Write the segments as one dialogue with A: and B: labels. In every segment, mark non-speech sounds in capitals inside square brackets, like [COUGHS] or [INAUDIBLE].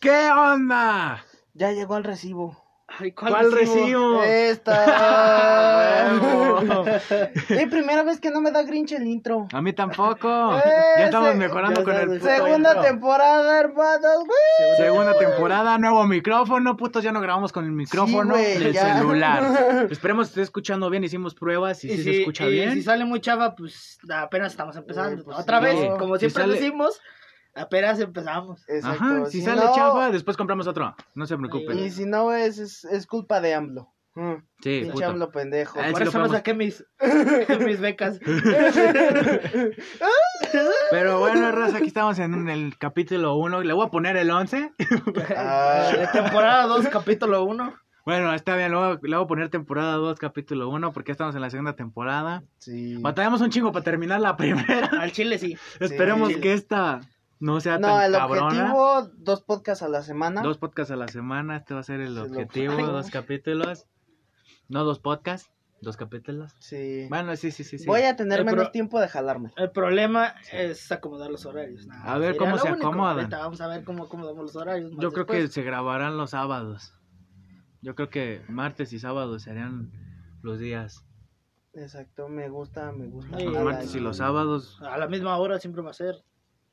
A: ¿Qué onda?
B: Ya llegó al recibo.
C: Ay, ¿cuál,
A: ¿Cuál
C: recibo?
A: recibo? [LAUGHS]
B: Esta. Ah,
A: Ah,
B: [LAUGHS]
A: Huevo.
B: Es primera vez que no me da Grinch el intro.
A: A mí tampoco.
B: Eh,
A: ya estamos
B: se-
A: mejorando
C: ya
A: con el
C: sabes,
A: puto
B: Segunda
A: intro.
B: temporada, hermanos. güey.
A: Segunda temporada, nuevo micrófono, putos, ya no grabamos con el micrófono
B: Sí, güey,
A: del
B: ya. [LAUGHS]
A: celular. Esperemos que esté escuchando bien, hicimos pruebas y, si, se escucha
C: y
A: bien.
C: si sale muy chava, pues apenas estamos empezando.
B: Eh, pues
C: Otra
B: sí.
C: vez,
B: Sí.
C: como
A: Si
C: siempre
A: sale-
C: decimos, apenas empezamos.
B: Exacto,
A: Ajá, si, sale
B: no-
A: chafa, después compramos otro. No se preocupen.
B: Y si no es, es, es culpa de AMLO. Mm,
A: sí,
B: pinche
A: puto.
B: AMLO
A: [LAUGHS]
B: pendejo.
A: Ah,
C: Por
A: sí lo
C: eso me
A: podemos- [LAUGHS]
C: saqué mis, [LAUGHS] mis becas.
A: Pero
B: [LAUGHS]
A: bueno, Raza, aquí estamos en el capítulo 1. Le voy a poner el 11.
B: Ah.
C: Eh, temporada 2, capítulo 1.
A: Bueno, está bien, le voy a, le voy a poner temporada 2, capítulo 1, porque ya estamos en la segunda temporada.
B: Sí.
A: Batallamos un chingo para terminar la [LAUGHS] primera.
C: Al chile sí.
A: Esperemos
B: sí.
A: que esta no sea
B: No,
A: tan
B: el
A: cabrona.
B: objetivo, dos podcasts a la semana.
A: Dos podcasts a la semana, este va a ser el
B: Es lo-
A: objetivo,
B: Ay, no.
A: dos capítulos. No dos podcasts, dos capítulos.
B: Sí.
A: Bueno, sí, sí, sí, sí.
B: Voy a tener
C: Eh,
B: menos
C: pero-
B: tiempo de jalarme.
C: El problema es acomodar los horarios.
A: A ver
C: sería
A: cómo
C: lo
A: se acomodan.
C: Ahorita vamos a ver cómo acomodamos los horarios.
A: Yo creo que se grabarán los sábados. Yo creo que martes y sábados serían los días.
B: Exacto, me gusta, me gusta.
C: Sí,
A: Los
B: Nada,
A: martes y
B: no. [LAUGHS]
A: los sábados.
C: A la misma hora siempre va a ser.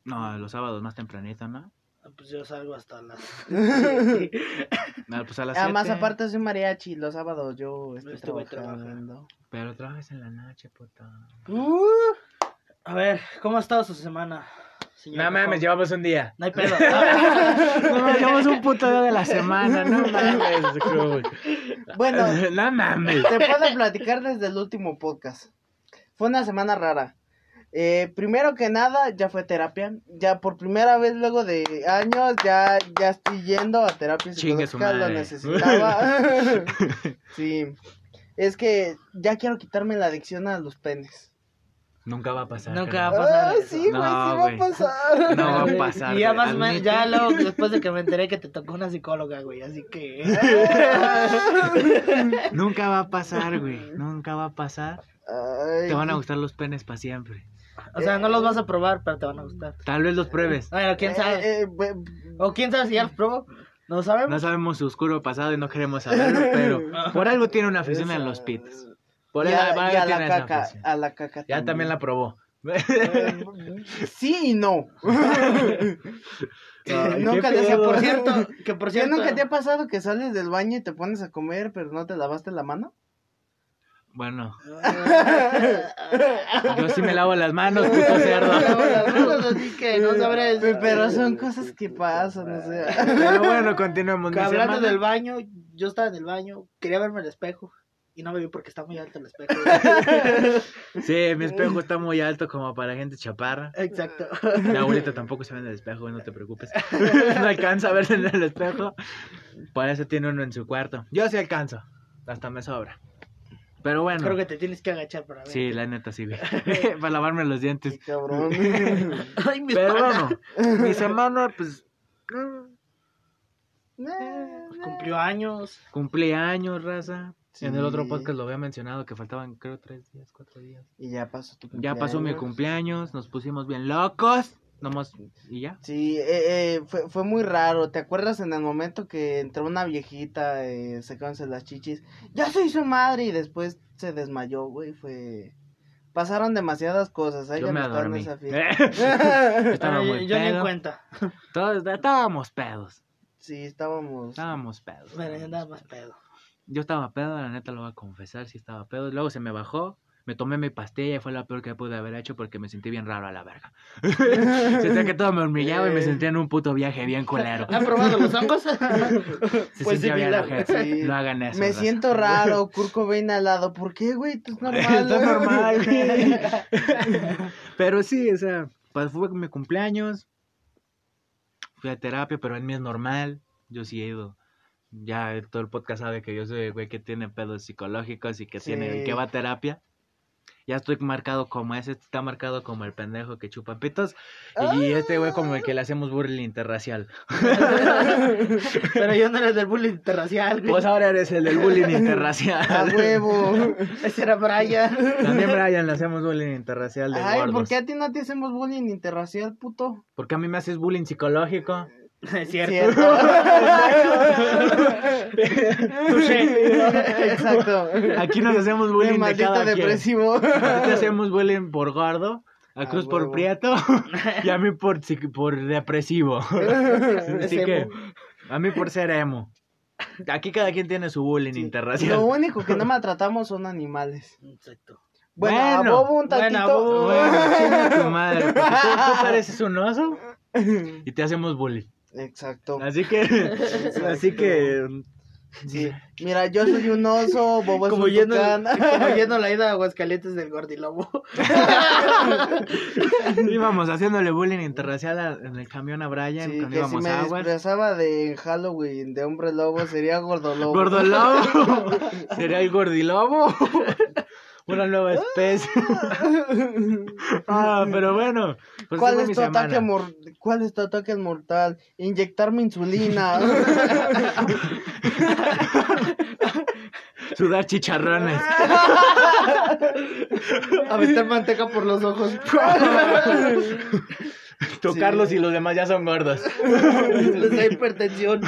A: No, los sábados más tempranito, ¿no?
C: Pues yo salgo hasta las.
A: Ah, Pues a las
B: Además,
A: siete.
B: aparte soy mariachi, los sábados yo estoy
C: Este güey trabaja.
B: trabajando.
A: Pero trabajas en la noche, puta.
B: Uh,
C: a ver, ¿cómo ha estado su semana? señor
A: No mames,
C: Rojo?
A: llevamos un día.
C: No hay pedo.
A: No mames, llevamos un puto día de la semana. [LAUGHS] No mames, güey.
B: Bueno,
A: No mames.
B: te puedo
A: [LAUGHS]
B: platicar desde el último podcast. Fue una semana rara. Eh, primero que nada, ya fue terapia. Ya por primera vez luego de años, ya, ya estoy yendo a terapia
A: Chingue su
B: psicológica. Lo
A: madre. [LAUGHS]
B: necesitaba. sí. Es que ya quiero quitarme la adicción a los penes.
A: Nunca va a pasar.
C: Nunca
A: carnal.
C: Va a pasar
B: Ah,
C: eso.
B: sí, güey,
A: No,
B: sí va a
A: güey.
B: pasar.
A: No va a pasar,
C: [LAUGHS] Y ya
A: güey,
C: más me-
A: admite.
C: ya luego, después de que me enteré que te tocó una psicóloga, güey. Así que. [LAUGHS]
A: Nunca va a pasar, güey. Nunca va a pasar.
B: Ay.
A: Te van a gustar los penes para siempre.
C: O sea, no los vas a probar, pero te van a gustar.
A: Tal vez los pruebes.
C: Bueno, quién sabe.
B: Eh, eh, bu-
C: O quién sabe si ya los probó. No
A: No
C: sabemos.
A: sabemos su oscuro pasado y no queremos saberlo, pero por algo tiene una afición en los pitos. Por
B: y
A: algo
B: a, y a
A: tiene
B: la
A: esa
B: caca,
A: afición.
B: a la caca.
A: Ya también la probó. [LAUGHS]
B: Eh, sí y no.
A: Ay,
B: nunca
A: qué
B: le hacía
A: pedo.
C: Por
B: por
C: cierto, que por
B: ¿Qué
C: cierto.
B: nunca te ha pasado que sales del baño y te pones a comer, pero no te lavaste la mano?
A: Bueno, yo sí me lavo las manos, puto
C: [LAUGHS]
A: cerdo.
B: [LAUGHS]
C: Así que no sabré.
B: Pe- Pero son cosas que pasan, o
A: [LAUGHS]
B: sea.
A: Pero bueno, continuemos. Mi
C: Hablando
A: semana-
C: del baño, yo estaba en el baño, quería verme al espejo y no me vi porque está muy alto el
B: [LAUGHS]
C: espejo.
A: Sí, mi espejo está muy alto como para gente chaparra.
C: Exacto.
A: Mi abuelita tampoco se ve en el espejo, no te preocupes. [LAUGHS] No alcanza a verse en el espejo. Por eso tiene uno en su cuarto. Yo sí alcanzo. Hasta me sobra. Pero bueno.
C: Creo que te tienes que agachar para ver.
A: Sí, la neta sí, güey. Para lavarme los dientes.
B: Qué Cabrón.
C: Ay, mi
A: Pero
C: espalda.
A: bueno, mi semana, pues. mm,
C: Cumplió años.
A: Cumplí años, raza.
B: Sí.
A: En el otro podcast lo había mencionado que faltaban, creo, tres días, cuatro días.
B: Y ya pasó tu
A: Ya pasó mi
B: cumpleaños.
A: cumpleaños, nos pusimos bien locos. Nomás, y ya.
B: Sí, eh, eh, fue, fue muy raro. ¿Te acuerdas en el momento que entró una viejita eh, sacándose las chichis? Ya soy su madre y después se desmayó, güey. Fue... Pasaron demasiadas cosas. a
A: Yo
B: ella
A: me
B: le gustaron
A: adormí. [LAUGHS]
B: esa fiesta.
A: Yo Estaba
C: Ay,
A: muy
C: yo ni en
A: pedo.
C: cuenta.
A: Todos estábamos pedos.
B: sí, estábamos.
A: Estábamos pedos.
C: Bueno, yo andaba más pedo.
A: Yo estaba pedo, la neta lo voy a confesar, sí estaba pedo. Luego se me bajó, me tomé mi pastilla y fue la peor que pude haber hecho porque me sentí bien raro a la verga. Sentía que todo me humillaba y
C: Eh.
A: me sentía en un puto viaje bien culero.
C: ¿Han probado los [LAUGHS] hongos?
A: Se
C: Ah, Pues
A: sentía bien
C: similar.
A: ojete.
B: Sí.
A: No hagan eso.
B: Me
A: raza.
B: siento raro, Kurt Cobain al lado. ¿Por qué, güey? Tú es normal.
A: [LAUGHS] Está normal,
B: [LAUGHS]
A: güey. Pero sí, o sea, pues fue mi cumpleaños. Fui a terapia, pero en mí es normal. Yo sí he ido. Ya todo el podcast sabe que yo soy el güey que tiene pedos psicológicos y que tiene
B: Sí.
A: y que va a terapia. Ya estoy marcado como ese, está marcado como el pendejo que chupa pitos. Y
B: Ah.
A: este güey como el que le hacemos burling interracial.
C: Pero yo no era del bullying interracial,
A: Vos
C: güey.
A: Pues ahora eres el del bullying
B: [LAUGHS] A
A: interracial.
B: huevo. Ah,
C: Ese era Brian.
A: También Brian le hacemos bullying interracial de
B: Ay,
A: gordos.
B: ¿por qué a ti no te hacemos bullying interracial, puto?
A: Porque a mí me haces bullying psicológico.
C: [LAUGHS]
A: [LAUGHS]
C: Es
B: Cierto.
C: cierto. Touché.
B: Exacto.
A: Aquí nos hacemos
B: Güey,
A: bullying de
B: maldito
A: cada quien.
B: depresivo.
A: Aquí hacemos bullying por gordo, a
B: Ah,
A: Cruz por
B: huevo. [LAUGHS]
A: prieto y a mí por, psic- por depresivo.
C: Es
A: Así
B: Este,
C: emo.
A: que, a mí por ser emo. Aquí cada quien tiene su bullying interracial.
B: Lo único que no maltratamos son animales.
C: Exacto.
B: Bueno,
A: Bueno.
B: a Bobo un
C: Bueno, a
B: tantito.
C: Bobo.
A: Bueno, chinga tu madre. porque Tú, tú pareces un oso y te hacemos bullying.
B: Exacto.
A: Así que, así que,
B: Sí. Mira, yo soy un oso, Bobo
C: Como
B: es un
C: yendo,
B: tucán.
C: [LAUGHS] como yendo la ida a Aguascalientes del Gordilobo. [LAUGHS]
A: íbamos haciéndole bullying interracial a- en el camión a Brian
B: Sí,
A: cuando
B: que si
A: íbamos
B: me
A: a Aguas.
B: disfrazaba de Halloween de hombre lobo sería gordolobo.
A: Gordolobo. [LAUGHS] Sería el gordilobo. [LAUGHS] Una nueva especie. ah, pero bueno. Pues esa
B: ¿Cuál
A: fue
B: es,
A: mi
B: tu ataque
A: semana.
B: mor- ¿Cuál es tu ataque mortal? Inyectarme insulina.
A: Sudar chicharrones.
B: Ah,
A: [LAUGHS]
C: A meter manteca por los ojos. [LAUGHS]
A: Tocarlos y los demás ya son
B: [LAUGHS]
A: gordos.
C: Les da hipertensión.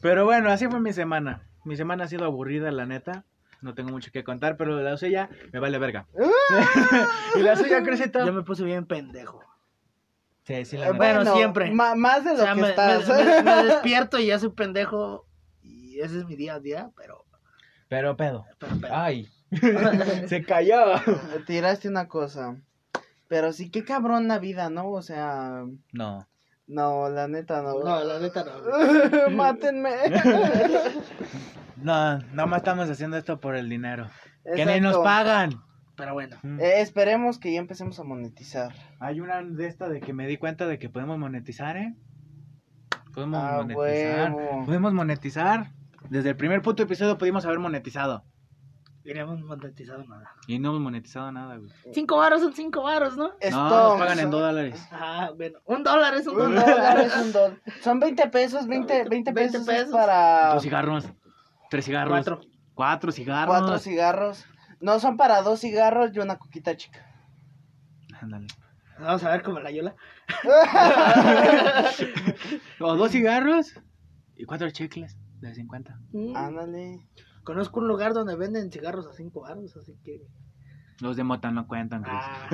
A: pero bueno, así fue mi semana. Mi semana ha sido aburrida, la neta. No tengo mucho que contar, pero la suya me vale verga.
B: Ah.
A: [LAUGHS] y la suya crece todo.
C: Yo me puse bien pendejo.
A: Sí, sí, la
B: Eh, Bueno,
A: neta.
C: siempre.
B: ma- más de
C: O
B: lo
C: sea,
B: que
C: me,
B: estás.
C: me- [LAUGHS] me- me despierto y ya soy pendejo. Y ese es mi día a día, pero.
A: Pero pedo.
C: pero,
B: [LAUGHS]
C: pero.
A: Ay. Se cayó.
B: Tiraste una cosa. Pero sí, qué cabrón la vida, ¿no? O sea,
A: No.
B: no, la neta no.
C: No, la neta
B: [LAUGHS]
C: no.
B: Mátenme.
A: No, no más estamos haciendo esto por el dinero. Que ni
B: Exacto.
A: nos pagan.
C: Pero bueno.
B: Eh, esperemos que ya empecemos a monetizar.
A: Hay una de esta de que me di cuenta de que podemos monetizar, ¿eh? Podemos
B: Ah,
A: monetizar.
B: huevo.
A: Podemos monetizar. Desde el primer punto episodio pudimos haber monetizado.
C: Y no hemos monetizado nada.
A: Y no hemos monetizado nada, güey.
C: Cinco varos son cinco varos, ¿no?
A: No, nos
B: Stonks.
A: pagan en
B: [LAUGHS]
A: dólares.
C: Ah, bueno. Un dólar es un
B: Un
C: dólar.
B: dólar es un dólar. Son 20 pesos, 20, 20
C: 20
B: pesos,
C: pesos.
B: es para
A: Dos cigarros. Tres cigarros.
C: Cuatro.
A: Cuatro cigarros.
B: cuatro cigarros. No, son para dos cigarros y una coquita chica.
A: Ándale.
C: Vamos a ver cómo la Yola.
A: O dos cigarros y cuatro chicles de 50.
B: Ah. Ándale.
C: Mm. Conozco un lugar donde venden cigarros a cinco varos, así que.
A: Los de mota no cuentan, Cruz.
C: Ah.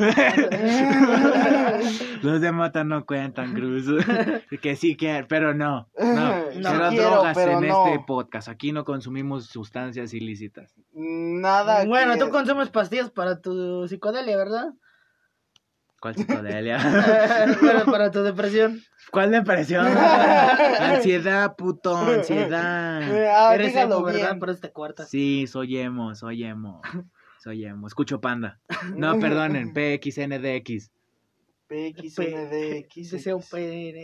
A: Los de mota no cuentan,
B: [LAUGHS]
A: Cruz. que sí quieren, pero no. No,
B: Sí
A: Cero
B: quiero,
A: drogas
B: pero
A: en
B: no.
A: este podcast. Aquí no consumimos sustancias ilícitas.
B: Nada.
C: [LAUGHS]
B: [LAUGHS]
C: bueno,
B: que-
C: tú consumes pastillas para tu psicodelia, ¿verdad?
A: ¿Cuál psicodelia? [LAUGHS]
C: bueno, para tu depresión.
A: ¿Cuál
B: [LAUGHS]
A: depresión? ansiedad, puto, ansiedad.
B: [LAUGHS] Eh, ah,
C: [LAUGHS] Eres
B: dígalo
C: emo, ¿verdad?
B: bien.
C: Por este cuarto.
A: Sí, soy emo, soy emo. Soy emo. Escucho panda.
B: [LAUGHS]
A: No, perdonen, PXNDX.
C: [LAUGHS]
A: [LAUGHS]
B: PXNDX.
C: PCOPN.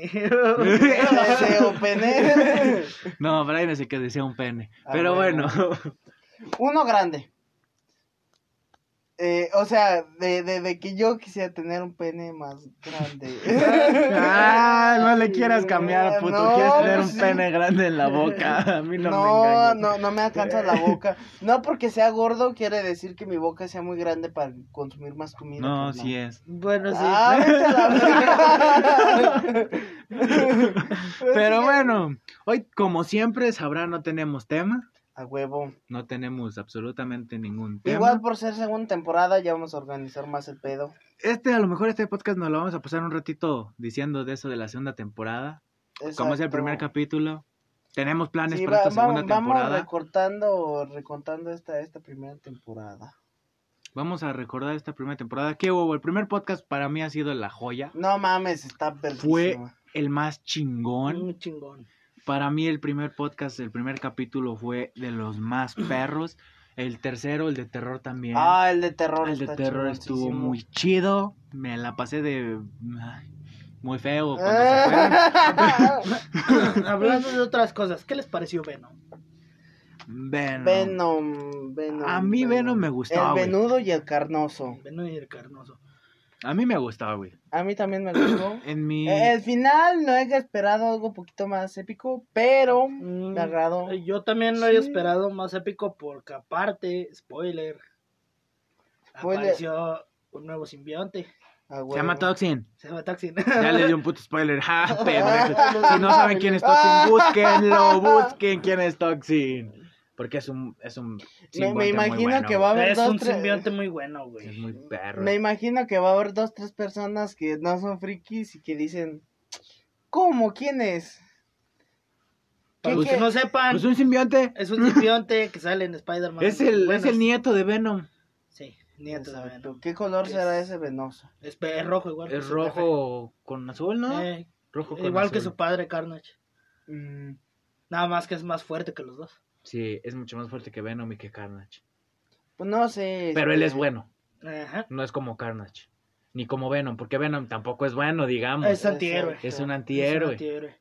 B: SOPN.
A: No, Brian es el que desea un pene.
B: Ah,
A: Pero bueno.
B: bueno. Uno grande. Eh, o sea, de, de, de que yo quisiera tener un pene más grande.
A: [LAUGHS] Ah, no le quieras cambiar, puto.
B: No,
A: Quieres tener
B: pues
A: un
B: sí.
A: pene grande en la boca. A mí no, me
B: No,
A: engañes.
B: no, no me alcanza
A: [LAUGHS]
B: la boca. No porque sea gordo quiere decir que mi boca sea muy grande para consumir más comida.
A: No,
B: pues,
A: sí es.
C: [LAUGHS] Bueno, sí.
B: Ah, vete a la
A: [LAUGHS]
B: verga.
A: Pero bueno, hoy como siempre sabrá no tenemos tema,
B: A huevo.
A: no tenemos absolutamente ningún tema.
B: Igual por ser segunda temporada ya vamos a organizar más el pedo.
A: Este a lo mejor este podcast nos lo vamos a pasar un ratito diciendo de eso de la segunda temporada, como es el
B: Exacto.
A: primer capítulo. Tenemos planes
B: Sí,
A: para
B: va-
A: esta segunda
B: vamos- Vamos
A: temporada.
B: recortando, recontando esta, esta primera temporada.
A: Vamos a recordar esta primera temporada. Que hubo, el primer podcast para mí ha sido la joya.
B: No mames, está
A: Fue
B: perdísima.
A: el más chingón.
C: Un Mm, chingón. [LAUGHS]
A: Para mí el primer podcast, el primer capítulo fue de los
B: [CLEARS THROAT]
A: más perros. El tercero, el de terror también.
B: Ah, el de terror.
A: El de
B: está
A: terror estuvo
B: chingoncísimo. [LAUGHS]
A: muy chido. Me la pasé de. ay, Muy feo. cuando
B: [LAUGHS]
A: se fueron.
C: Hablando de otras cosas, ¿qué les pareció Venom?
A: Venom.
B: Venom, Venom.
A: A mí Venom me gustaba,
B: El
A: güey.
B: venudo y el carnoso.
C: Venom y el carnoso.
A: A mí me gustaba, güey.
B: A mí también me
A: [CLEARS THROAT]
B: gustó.
A: En mi.
B: El final no he esperado algo un poquito más épico, pero
C: Mm,
B: me agradó.
C: Yo también lo había
B: Sí.
C: esperado más épico porque aparte, spoiler,
B: Spoiler.
C: apareció un nuevo simbionte.
B: Ah,
A: Se
B: güey.
A: llama
B: [LAUGHS]
A: Toxin.
C: Se llama Taxi.
A: Ya le di
C: [LAUGHS]
A: un puto spoiler. [LAUGHS] Ah, pendejo. Si no saben quién es
B: [LAUGHS]
A: Toxin, búsquenlo, busquen quién es Toxin. Porque es un, es un simbionte muy
B: imagino
A: bueno,
B: que va a
A: güey.
B: haber
C: Es
B: dos,
C: un
B: tres-
C: simbionte muy bueno,
A: Es
C: güey.
A: muy perro.
B: Me imagino que va a haber dos, tres personas que no son frikis y que dicen, ¿cómo? ¿Quién es?
C: Para
B: ¿Qué-
C: los que
B: qué?
C: no sepan,
A: Pues un simbionte.
C: es un simbionte que sale en Spider-Man.
A: Es el,
C: Bueno,
A: es el nieto de Venom.
C: Sí, nieto de
B: Exacto.
C: Venom.
B: ¿Qué color
C: Es-
B: será ese venoso?
C: Es, pe- es rojo igual. que
A: Es
C: su
A: rojo con azul,
B: Ah,
C: jefe.
A: ¿no?
C: Eh,
A: rojo con
C: igual que
A: azul.
C: su padre Carnage.
B: Mm,
C: Nada más que es más fuerte que los dos.
A: Sí, es mucho más fuerte que Venom y que Carnage.
B: pues no sé.
A: Pero él es
B: este,
A: bueno.
C: Ajá.
A: No es como Carnage. Ni como Venom. Porque Venom tampoco es bueno, digamos.
C: Es antihéroe.
A: Es un
C: Es un
A: antihéroe.
C: antihéroe.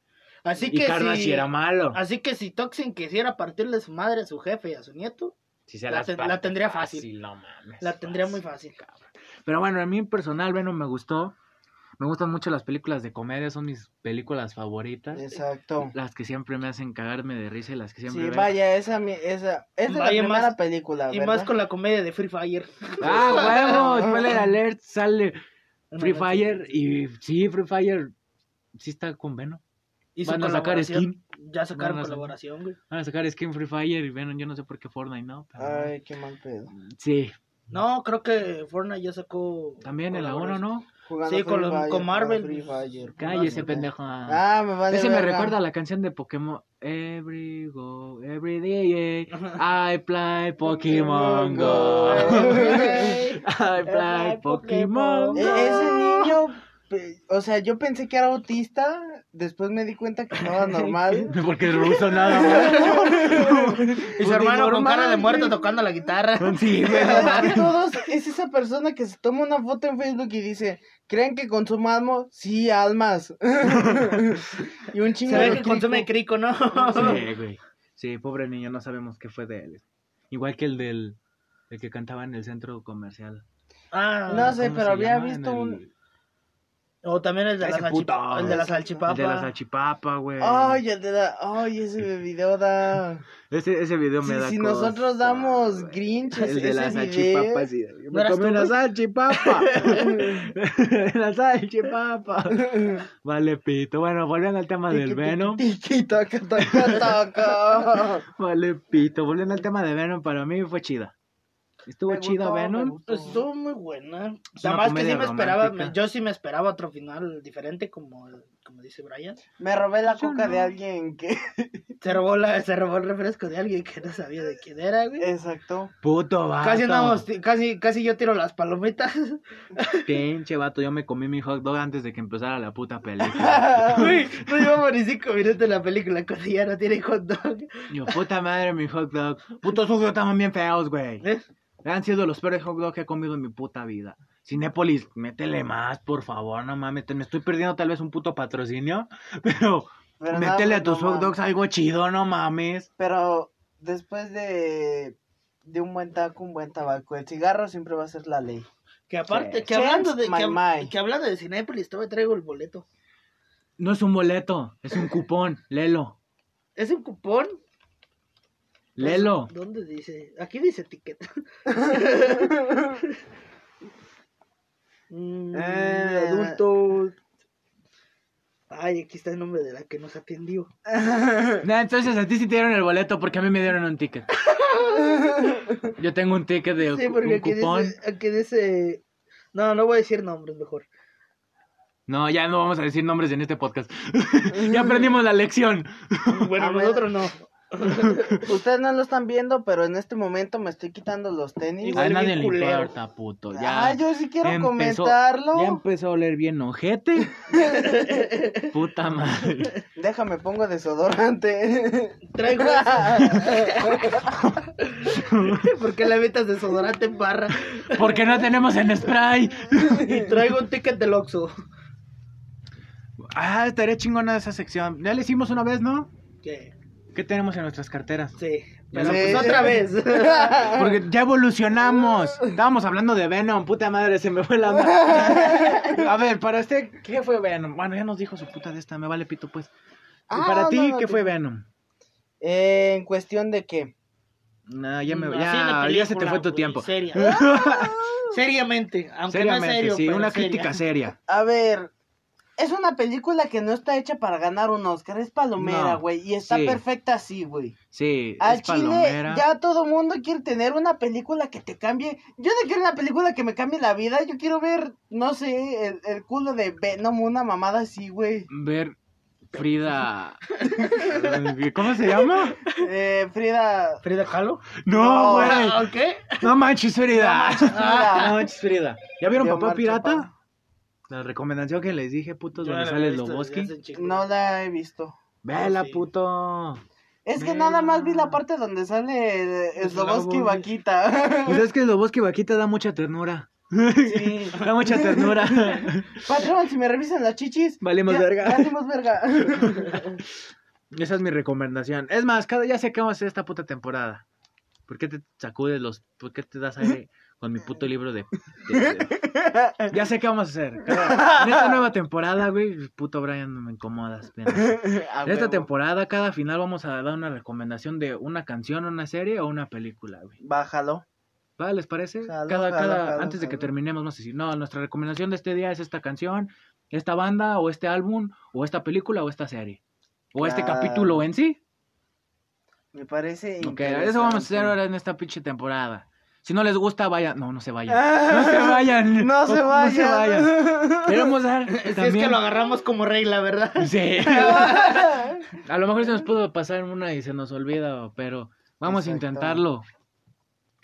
C: Así
A: Y
C: que Ah,
A: Carnage
C: si...
A: sí era malo.
C: Así que si Toxin quisiera partirle su madre a su jefe y a su nieto,
A: Si se
C: la
A: las
C: ten-
A: parte
C: la tendría fácil.
A: no mames,
C: la tendría muy fácil.
A: cabrón. Pero bueno, a mí en personal, Venom me gustó. Me gustan mucho las películas de comedia. Son mis películas favoritas.
B: Exacto.
A: Las que siempre me hacen cagarme de risa y las que siempre
B: Sí,
A: veo.
B: vaya, esa, mi- esa, es de la
C: Vaya,
B: primera
C: más-
B: película,
C: Y
B: ¿verdad?
C: más con la comedia de Free Fire. [LAUGHS]
A: Ah, huevo, spoiler alert, sale Free Fire y sí, Free Fire sí está con Venom.
C: Hizo
A: Van a sacar
C: colaboración.
A: skin,
C: Ya sacaron
A: Van a sacar-
C: colaboración, güey.
A: van a sacar skin Free Fire y Venom, yo no sé por qué Fortnite, ¿no? Pero,
B: Ay, qué mal pedo.
A: Sí,
C: No, creo que Fortnite ya sacó.
A: también en la 1,
C: colaboración.
A: ¿no?
B: Jugando
C: Sí, con
B: Free
C: los-
B: Fire,
C: con
B: jugando
C: Marvel.
B: Free Fire.
A: Cállese,
B: Ah,
A: pendejo.
B: Ah, me vale
A: Ese me
B: verga.
A: recuerda a la canción de Pokémon. Every go, every day,
C: [LAUGHS] Ah,
A: I play Pokémon Go. I play Pokémon
B: E-
A: Go.
B: ese niño, pe- o sea, yo pensé que era autista, después me di cuenta que
A: [LAUGHS]
B: estaba normal.
A: Porque es ruso nada [LAUGHS] más.
C: [LAUGHS] Y su hermano con cara de muerto tocando la
A: [LAUGHS]
C: guitarra.
A: Sí, güey, no
B: Es
A: mames.
B: que todos, es esa persona que se toma una foto en Facebook y dice, ¿creen que consumo almas? Sí, almas. [LAUGHS] y un
C: Se
B: chingo
C: ve
B: de
C: que
B: crico.
C: consume
A: [LAUGHS]
C: crico, ¿no?
A: Sí, güey. Sí, pobre niño, no sabemos qué fue de él. Igual que el del el que cantaba en el centro comercial.
C: Ah,
B: No sé,
A: ¿Cómo
B: pero
A: se
B: había
A: llama? En
B: visto
A: el-
B: un-
C: O también el de la
A: Ese puto.
C: salchipapa. El de la
B: Ese-
C: salchipapa.
A: el de la salchipapa, güey.
B: Ay, el de la- ay, ese video da...
A: Ese, ese video me
B: Si,
A: da
B: si
A: cosa,
B: nosotros damos
A: güey.
B: Grinch,
A: El de
B: ese
A: la
B: video-
A: salchipapa, sí. Yo
C: ¿No
A: me
C: eras
A: comí
C: tú,
A: una
B: [LAUGHS]
C: güey?
A: salchipapa. [LAUGHS] la salchipapa.
B: [LAUGHS]
A: Vale, pito. Bueno, volviendo al tema del Venom.
B: Tiki, taca, taca, taca.
A: Vale, pito. Volviendo al tema de Venom, para mí fue chida. Estuvo
B: Me
A: chido
B: gustó, me
A: Venom.
B: gustó.
C: Pues, Estuvo muy buena.
A: Es una
C: Nada más que sí
A: comedia
C: me esperaba,
A: romántica.
C: me- yo sí me esperaba otro final diferente, como, como dice Brian.
B: Me robé la
A: Yo
B: coca
A: no.
B: de alguien que... [LAUGHS]
C: Se robó, la, se robó el refresco de alguien que no sabía de quién era, güey.
B: Exacto.
A: Puto vato.
C: Casi andamos, casi, casi yo tiro las palomitas.
A: Pinche vato, yo me comí mi hot dog antes de que empezara la puta película.
B: Ah.
C: [LAUGHS] Güey, no llevamos ni cinco minutos de la película cuando ya no tiene hot dog.
A: [LAUGHS] Yo, puta madre, mi hot dog. Putos hot dogs estaban bien feos, güey.
C: ¿Eh?
A: Han sido los peores hot dogs que he comido en mi puta vida. Cinépolis, métele más, por favor, no mames. te- Me estoy perdiendo tal vez un puto patrocinio, [LAUGHS] pero
B: [LAUGHS] Pero nada,
A: métele a
B: pues,
A: tus
B: no
A: hot dogs
B: mames.
A: algo chido, no mames.
B: Pero después de, de un buen taco, un buen tabaco, el cigarro siempre va a ser la ley.
C: Que aparte,
A: Sí.
C: que hablando de
B: Change
C: que,
B: my mind.
C: que hablando de Cinépolis, te traigo el boleto.
A: No es un boleto, es un cupón. Lelo,
C: ¿Es un cupón? Pues,
A: lelo.
C: ¿Dónde dice? Aquí dice ticket. [LAUGHS] Mm,
B: Eh. [LAUGHS]
C: Adultos. Ay, aquí está el nombre de la que nos atendió.
A: Nah, entonces a ti sí te dieron el boleto porque a mí me dieron un
C: [LAUGHS]
A: ticket. Yo tengo un ticket de
C: Sí,
A: cu-
C: porque
A: un
C: aquí
A: cupón.
C: dice, aquí dice- No, no voy a decir nombres mejor.
A: No, ya no vamos a decir nombres en este podcast. [LAUGHS] ya aprendimos la lección.
C: Bueno,
B: A ver.
C: Ah, nosotros no.
B: Ustedes no lo están viendo, pero en este momento me estoy quitando los tenis.
A: A
C: Igual
A: nadie
C: bien
A: le
C: culero.
A: importa, puto. Ya
B: ah, yo sí quiero
A: empezó-
B: comentarlo.
A: Ya empezó a oler bien ojete. Puta madre.
B: Déjame, pongo desodorante.
C: Traigo
B: [LAUGHS]
C: [LAUGHS] eso. porque la metas desodorante en barra.
A: Porque no tenemos en spray.
C: Y traigo un ticket del Oxxo.
A: Ah, estaría chingona esa sección. Ya le hicimos una vez, ¿no?
C: Que-
A: ¿Qué tenemos en nuestras carteras?
C: Sí, pero
A: Sí.
C: pues otra vez.
B: [LAUGHS]
A: Porque ya evolucionamos. Estábamos hablando de Venom. Puta madre, se me fue la onda. A ver, para usted, ¿qué fue Venom? Bueno, ya nos dijo su puta de esta. Me vale pito, pues. ¿Y
B: Ah,
A: para ti,
B: no, no,
A: qué
B: te-
A: fue Venom?
B: Eh, en cuestión de qué.
A: No, [LAUGHS] ya me
C: Mm, Así
A: ya,
C: de
A: ya se te
C: película,
A: fue tu
C: güey,
A: tiempo. [LAUGHS]
C: seria. Ah. [LAUGHS] Seriamente, aunque
A: Seriamente,
C: no es serio.
A: sí,
C: pero
A: una
C: seria.
A: crítica seria.
B: A ver, es una película que no está hecha para ganar un Oscar, es palomera,
A: No,
B: güey, y está
A: sí.
B: perfecta así, güey.
A: Sí,
B: Al
A: es
B: chile
A: palomera.
B: ya todo mundo quiere tener una película que te cambie. Yo no quiero una película que me cambie la vida, yo quiero ver, no sé, el, el culo de Venom, una mamada
A: [LAUGHS]
B: así, güey.
A: Ver
B: [LAUGHS]
A: Frida. ¿Cómo se llama?
B: Eh, Frida...
C: Frida Kahlo.
A: No,
B: No,
A: güey.
C: [LAUGHS] Ah, ok.
A: No manches, Frida.
B: Frida.
A: Ah, No manches, Frida. ¿Ya vieron
B: De
A: Papá
B: Omar
A: Pirata?
B: Chaparro.
A: La recomendación que les dije, putos,
C: Yo
A: donde
C: la
A: sale
C: había visto desde
A: Loboski.
C: hace un chingo.
B: No la he visto.
A: Vela,
C: Sí.
A: puto.
B: Es que
A: Mira.
B: nada más vi la parte donde sale Sloboski
A: Slobo- [LAUGHS]
B: Vaquita.
A: Pues es que Loboski Vaquita da mucha ternura.
B: Sí.
A: Da mucha ternura.
B: [LAUGHS] Patrón, si me revisan las chichis.
A: Valimos
B: ya-
A: verga. [LAUGHS]
B: Valimos verga. [LAUGHS]
A: Esa es mi recomendación. Es más, cada ya sé qué vamos a hacer esta puta temporada. ¿Por qué te sacudes los... ¿Por qué te das aire con mi puto libro de... de- de- Ya sé qué vamos a hacer. Cada- En esta nueva temporada, güey, puto Brian, me incomodas. pena.
B: A
A: En este esta
B: Ah, huevo.
A: temporada, cada final vamos a dar una recomendación de una canción, una serie o una película, güey.
B: Bájalo.
A: ¿Va? ¿Les parece?
B: Jalo,
A: cada,
B: jalo,
A: cada,
B: jalo,
A: antes de que
B: jalo.
A: terminemos, no sé si. No, nuestra recomendación de este día es esta canción, esta banda, o este álbum, o esta película, o esta serie. O este
B: Claro.
A: capítulo en sí.
B: Me parece.
A: Ok, eso vamos a hacer
B: [LAUGHS]
A: ahora en esta pinche temporada. Si no les gusta, vayan. No, no se vayan. No se vayan.
B: Ah, No se vayan.
A: No se vayan. Queremos
B: [LAUGHS]
A: dar.
C: Si es
A: también-
C: que lo agarramos como regla, ¿verdad?
A: [LAUGHS] Sí. A lo mejor se nos pudo pasar una y se nos olvida, pero vamos
B: Exacto.
A: a intentarlo.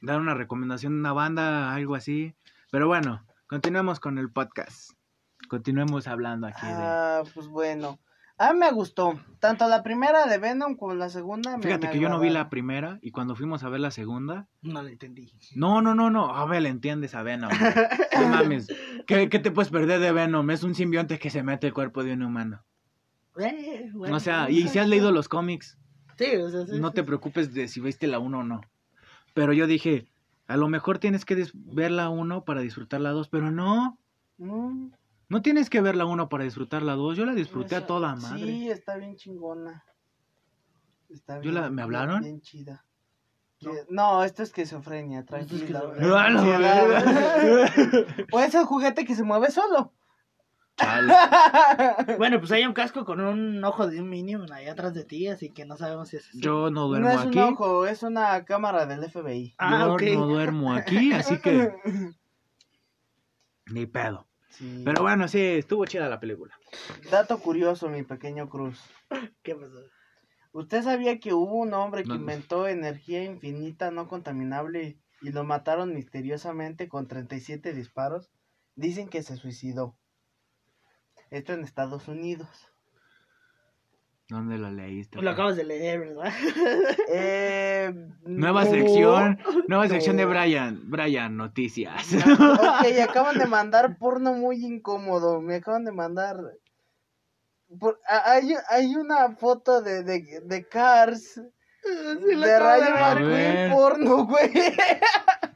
A: Dar una recomendación de una banda, algo así. Pero bueno, continuemos con el podcast. Continuemos hablando aquí de...
B: [LAUGHS] Ah, pues bueno. A mí me gustó. Tanto la primera de Venom como la segunda. me-
A: Fíjate
B: me
A: que yo no vi la
B: agradaron.
A: primera y cuando fuimos a ver la segunda...
C: No lo entendí.
A: No, no, no, no. A ver, le entiendes a Venom. güey. No mames. ¿Qué, qué te puedes perder de Venom? Es un simbionte que se mete el cuerpo de un humano.
C: Eh, bueno.
A: o sea, y si has leído los cómics,
C: [LAUGHS] Sí, o sea, sí,
A: no
C: sí,
A: te preocupes de si viste la 1 o no. Pero yo dije, a lo mejor tienes que dis- ver la 1 para disfrutar la 2, pero no,
B: Mm,
A: no tienes que ver la 1 para disfrutar la 2. Yo la disfruté
C: Esa-
A: a toda madre.
B: Sí, está bien chingona. Está
A: Yo la- ¿me hablaron?
B: Bien chida.
C: No.
B: Que- No, esto es esquizofrenia,
C: Esto es
A: [LAUGHS]
B: tranquila.
C: esquizofrenia.
A: ¡A Ah, la
B: Ansiedad.
A: verga!
B: [LAUGHS] O es el juguete que se mueve solo.
A: [LAUGHS] Chale.
C: Bueno, pues hay un casco con un ojo de un Minion ahí atrás de ti, así que no sabemos si es así.
A: Yo no
B: No
A: duermo
B: es un
A: aquí.
B: ojo, es una cámara del FBI.
C: Ah,
A: yo
C: ok.
A: no duermo aquí, así
B: [LAUGHS]
A: que ni pedo.
B: Sí.
A: Pero bueno, sí, estuvo chida la película.
B: Dato curioso, mi pequeño Cruz.
C: ¿Qué pasó?
B: ¿Usted sabía que hubo un hombre que
A: No.
B: inventó energía infinita no contaminable y lo mataron misteriosamente con 37 disparos? Dicen que se suicidó. Esto en
A: [LAUGHS]
B: Estados Unidos.
A: ¿Dónde lo leíste?
C: Lo acabas de leer, ¿verdad?
B: Eh,
A: Nueva
B: no.
A: sección, nueva
B: No.
A: sección de Brian, Brian Noticias.
B: Ok, acaban de mandar porno muy incómodo. Me acaban de mandar. por- a- hay, hay una foto de, de, de Cars
C: Sí, lo
B: de
C: acabo
B: Rayo
A: ver.
B: McQueen
A: ver.
B: porno, güey.
A: [LAUGHS]
B: [LAUGHS]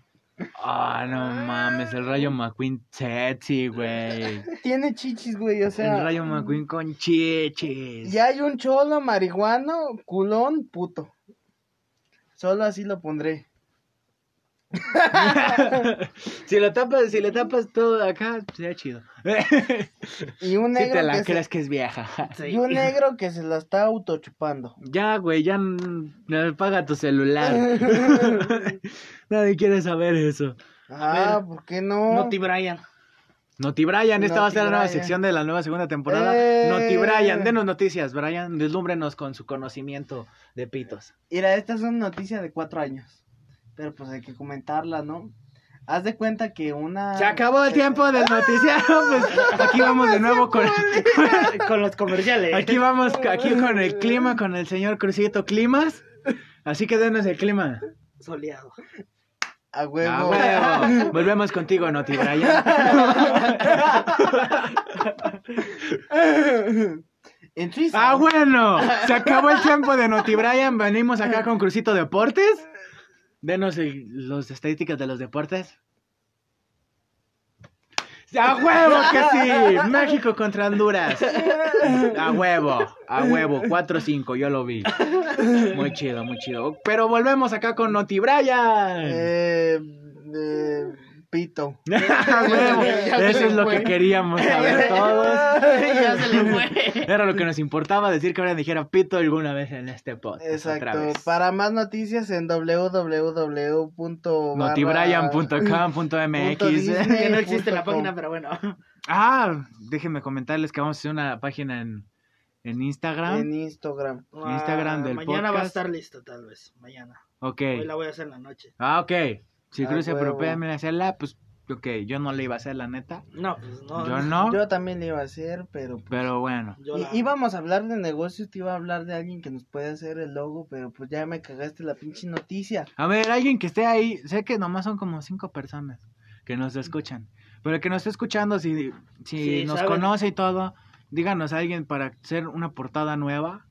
A: Ah, no mames, el Rayo McQueen sexy,
B: [LAUGHS]
A: güey.
B: Tiene chichis, güey, o sea. mm.
A: el Rayo McQueen con chiches.
B: Y hay un cholo marihuano, culón, puto. Solo así lo pondré.
A: [LAUGHS] si lo tapas, si le tapas todo acá, sería chido. [LAUGHS]
B: Y un
A: si
B: negro,
A: te la
B: que,
A: crees
B: se,
A: que es vieja.
C: Sí.
B: y un negro que se la está autochupando.
A: [LAUGHS] Ya, güey, ya mm, paga tu
B: [LAUGHS]
A: celular. [LAUGHS] Nadie quiere saber eso.
B: Ah, ¿por qué no?
C: Noti Brian.
A: Noti Brian, esta va a
B: Noti
A: ser la nueva
B: Brian.
A: sección de la nueva segunda temporada.
B: ¡Eh!
A: Noti Brian, denos noticias, Brian. Deslúmbrenos con su conocimiento de pitos.
B: Mira, esta es una noticia de cuatro años. Pero pues hay que comentarla, ¿no? Haz de cuenta que una.
A: Se acabó el tiempo
B: Ah.
A: del noticiero. Pues aquí vamos de nuevo con, [LAUGHS]
C: Con los comerciales.
A: Aquí vamos ca- aquí con el clima, con el señor Crucito Climas. Así que denos el clima.
C: Soleado. [LAUGHS]
B: A
A: Ah,
B: huevo.
A: huevo. Volvemos contigo, Noti Brian.
B: [LAUGHS] en Suiza.
A: Ah, bueno. Se acabó el tiempo de Noti Brian. Venimos acá con Crucito Deportes. Denos las estadísticas de los deportes. ¡A huevo que sí! México contra Honduras. A huevo, a huevo. 4-5, yo lo vi. Muy chido, muy chido. Pero volvemos acá con Noti Brian.
B: Eh, eh, pito.
A: A huevo.
D: Ah, Ya se
A: Eso es lo
D: fue.
A: que queríamos saber todos.
D: ya se le fue.
A: Era lo que nos importaba decir que ahora dijera pito alguna vez en este podcast. otra
B: Exacto.
A: vez.
B: Para más noticias en www. Punto
A: Notibrian.com.mx.
B: Disney
C: Que no existe la
B: punto com.
C: página, pero bueno.
A: Ah, déjenme comentarles que vamos a hacer una página en, en Instagram.
B: En Instagram.
A: Instagram
C: Ah,
A: del
C: Mañana va a
A: podcast.
C: estar listo, tal vez. Mañana.
A: Ok.
C: Hoy la voy a hacer en la noche.
A: Ah, ok. Si
B: Ah,
A: Cruz se
B: huevo.
A: apropia de hacerla, pues, ok, yo no le iba a hacer la neta.
C: No, pues no.
A: Yo no,
B: Yo también le iba a hacer, pero...
A: pero bueno.
C: Yo
B: I-
C: la-
B: íbamos a hablar de negocios, te iba a hablar de alguien que nos puede hacer el logo, pero pues ya me cagaste la pinche noticia.
A: A ver, alguien que esté ahí, sé que nomás son como cinco personas que nos escuchan, pero que nos esté escuchando, si, si
C: Sí,
A: nos
C: saben.
A: conoce y todo, díganos a alguien para hacer una portada nueva,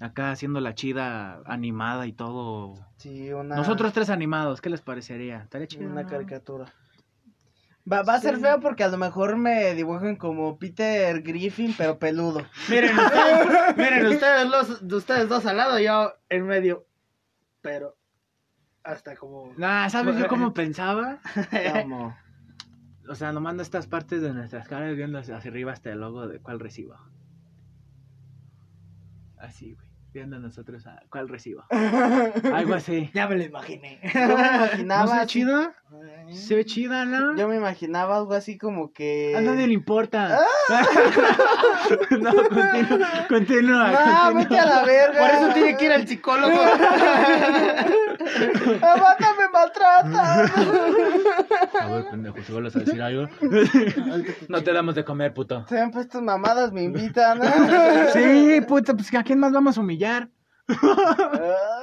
A: acá haciendo la chida animada y todo.
B: Sí, una...
A: Nosotros tres animados, ¿qué les parecería? Estaría chido.
B: Una
A: ¿no?
B: caricatura. Va, va a ser feo porque a lo mejor me dibujan como Peter Griffin, pero peludo.
C: Miren, ustedes, miren, ustedes, los, de ustedes dos al lado, yo en medio. Pero hasta como.
A: Nah, ¿sabes yo cómo pensaba?
B: Como...
A: O sea, nomás estas partes de nuestras caras viendo hacia arriba hasta el logo de cuál recibo. Así, güey. Viendo nosotros a cuál recibo. Algo así.
C: Ya me lo imaginé.
B: Yo me
A: ¿No
B: imaginaba...
A: se ve
B: así-
A: chida? ¿Se ve chida, no?
B: Yo me imaginaba algo así como que...
A: A nadie le importa. [LAUGHS] no, continúa, continúa.
B: No,
A: continúa.
B: Ah. vete a la verga.
C: Por eso tiene que ir al psicólogo.
B: [LAUGHS] Aguanta, me maltrata.
A: A ver, pendejo, si vuelves a decir
B: [LAUGHS]
A: algo. no te damos de comer, puto.
B: Siempre estas mamadas me invitan.
A: Sí, puto, pues ¿a quién más vamos a humillar?
B: Ah.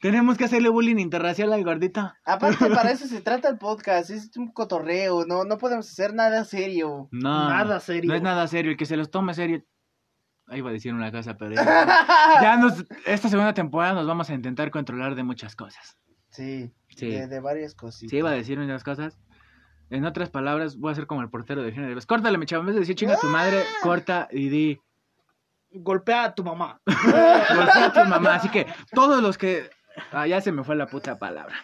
A: Tenemos que hacerle bullying interracial al gordito.
B: Aparte, para eso se trata el podcast. Es un cotorreo. No, no podemos hacer nada serio.
A: No.
C: Nada serio.
A: No es nada serio. El que se los tome serio. Ahí iba a decir una cosa, pero
C: [LAUGHS]
A: ya. ya nos- esta segunda temporada nos vamos a intentar controlar de muchas cosas.
B: Sí,
A: Sí.
B: De, de varias cositas.
A: Sí, iba a decir unas cosas. En otras palabras, voy a ser como el portero de géneros. Córtale, mi chavo. En vez de decir chinga tu
C: [LAUGHS]
A: madre, corta y di.
C: Golpea a tu mamá. [LAUGHS]
A: Golpea a tu mamá. Así que todos los que. Ah, ya se me fue la puta palabra.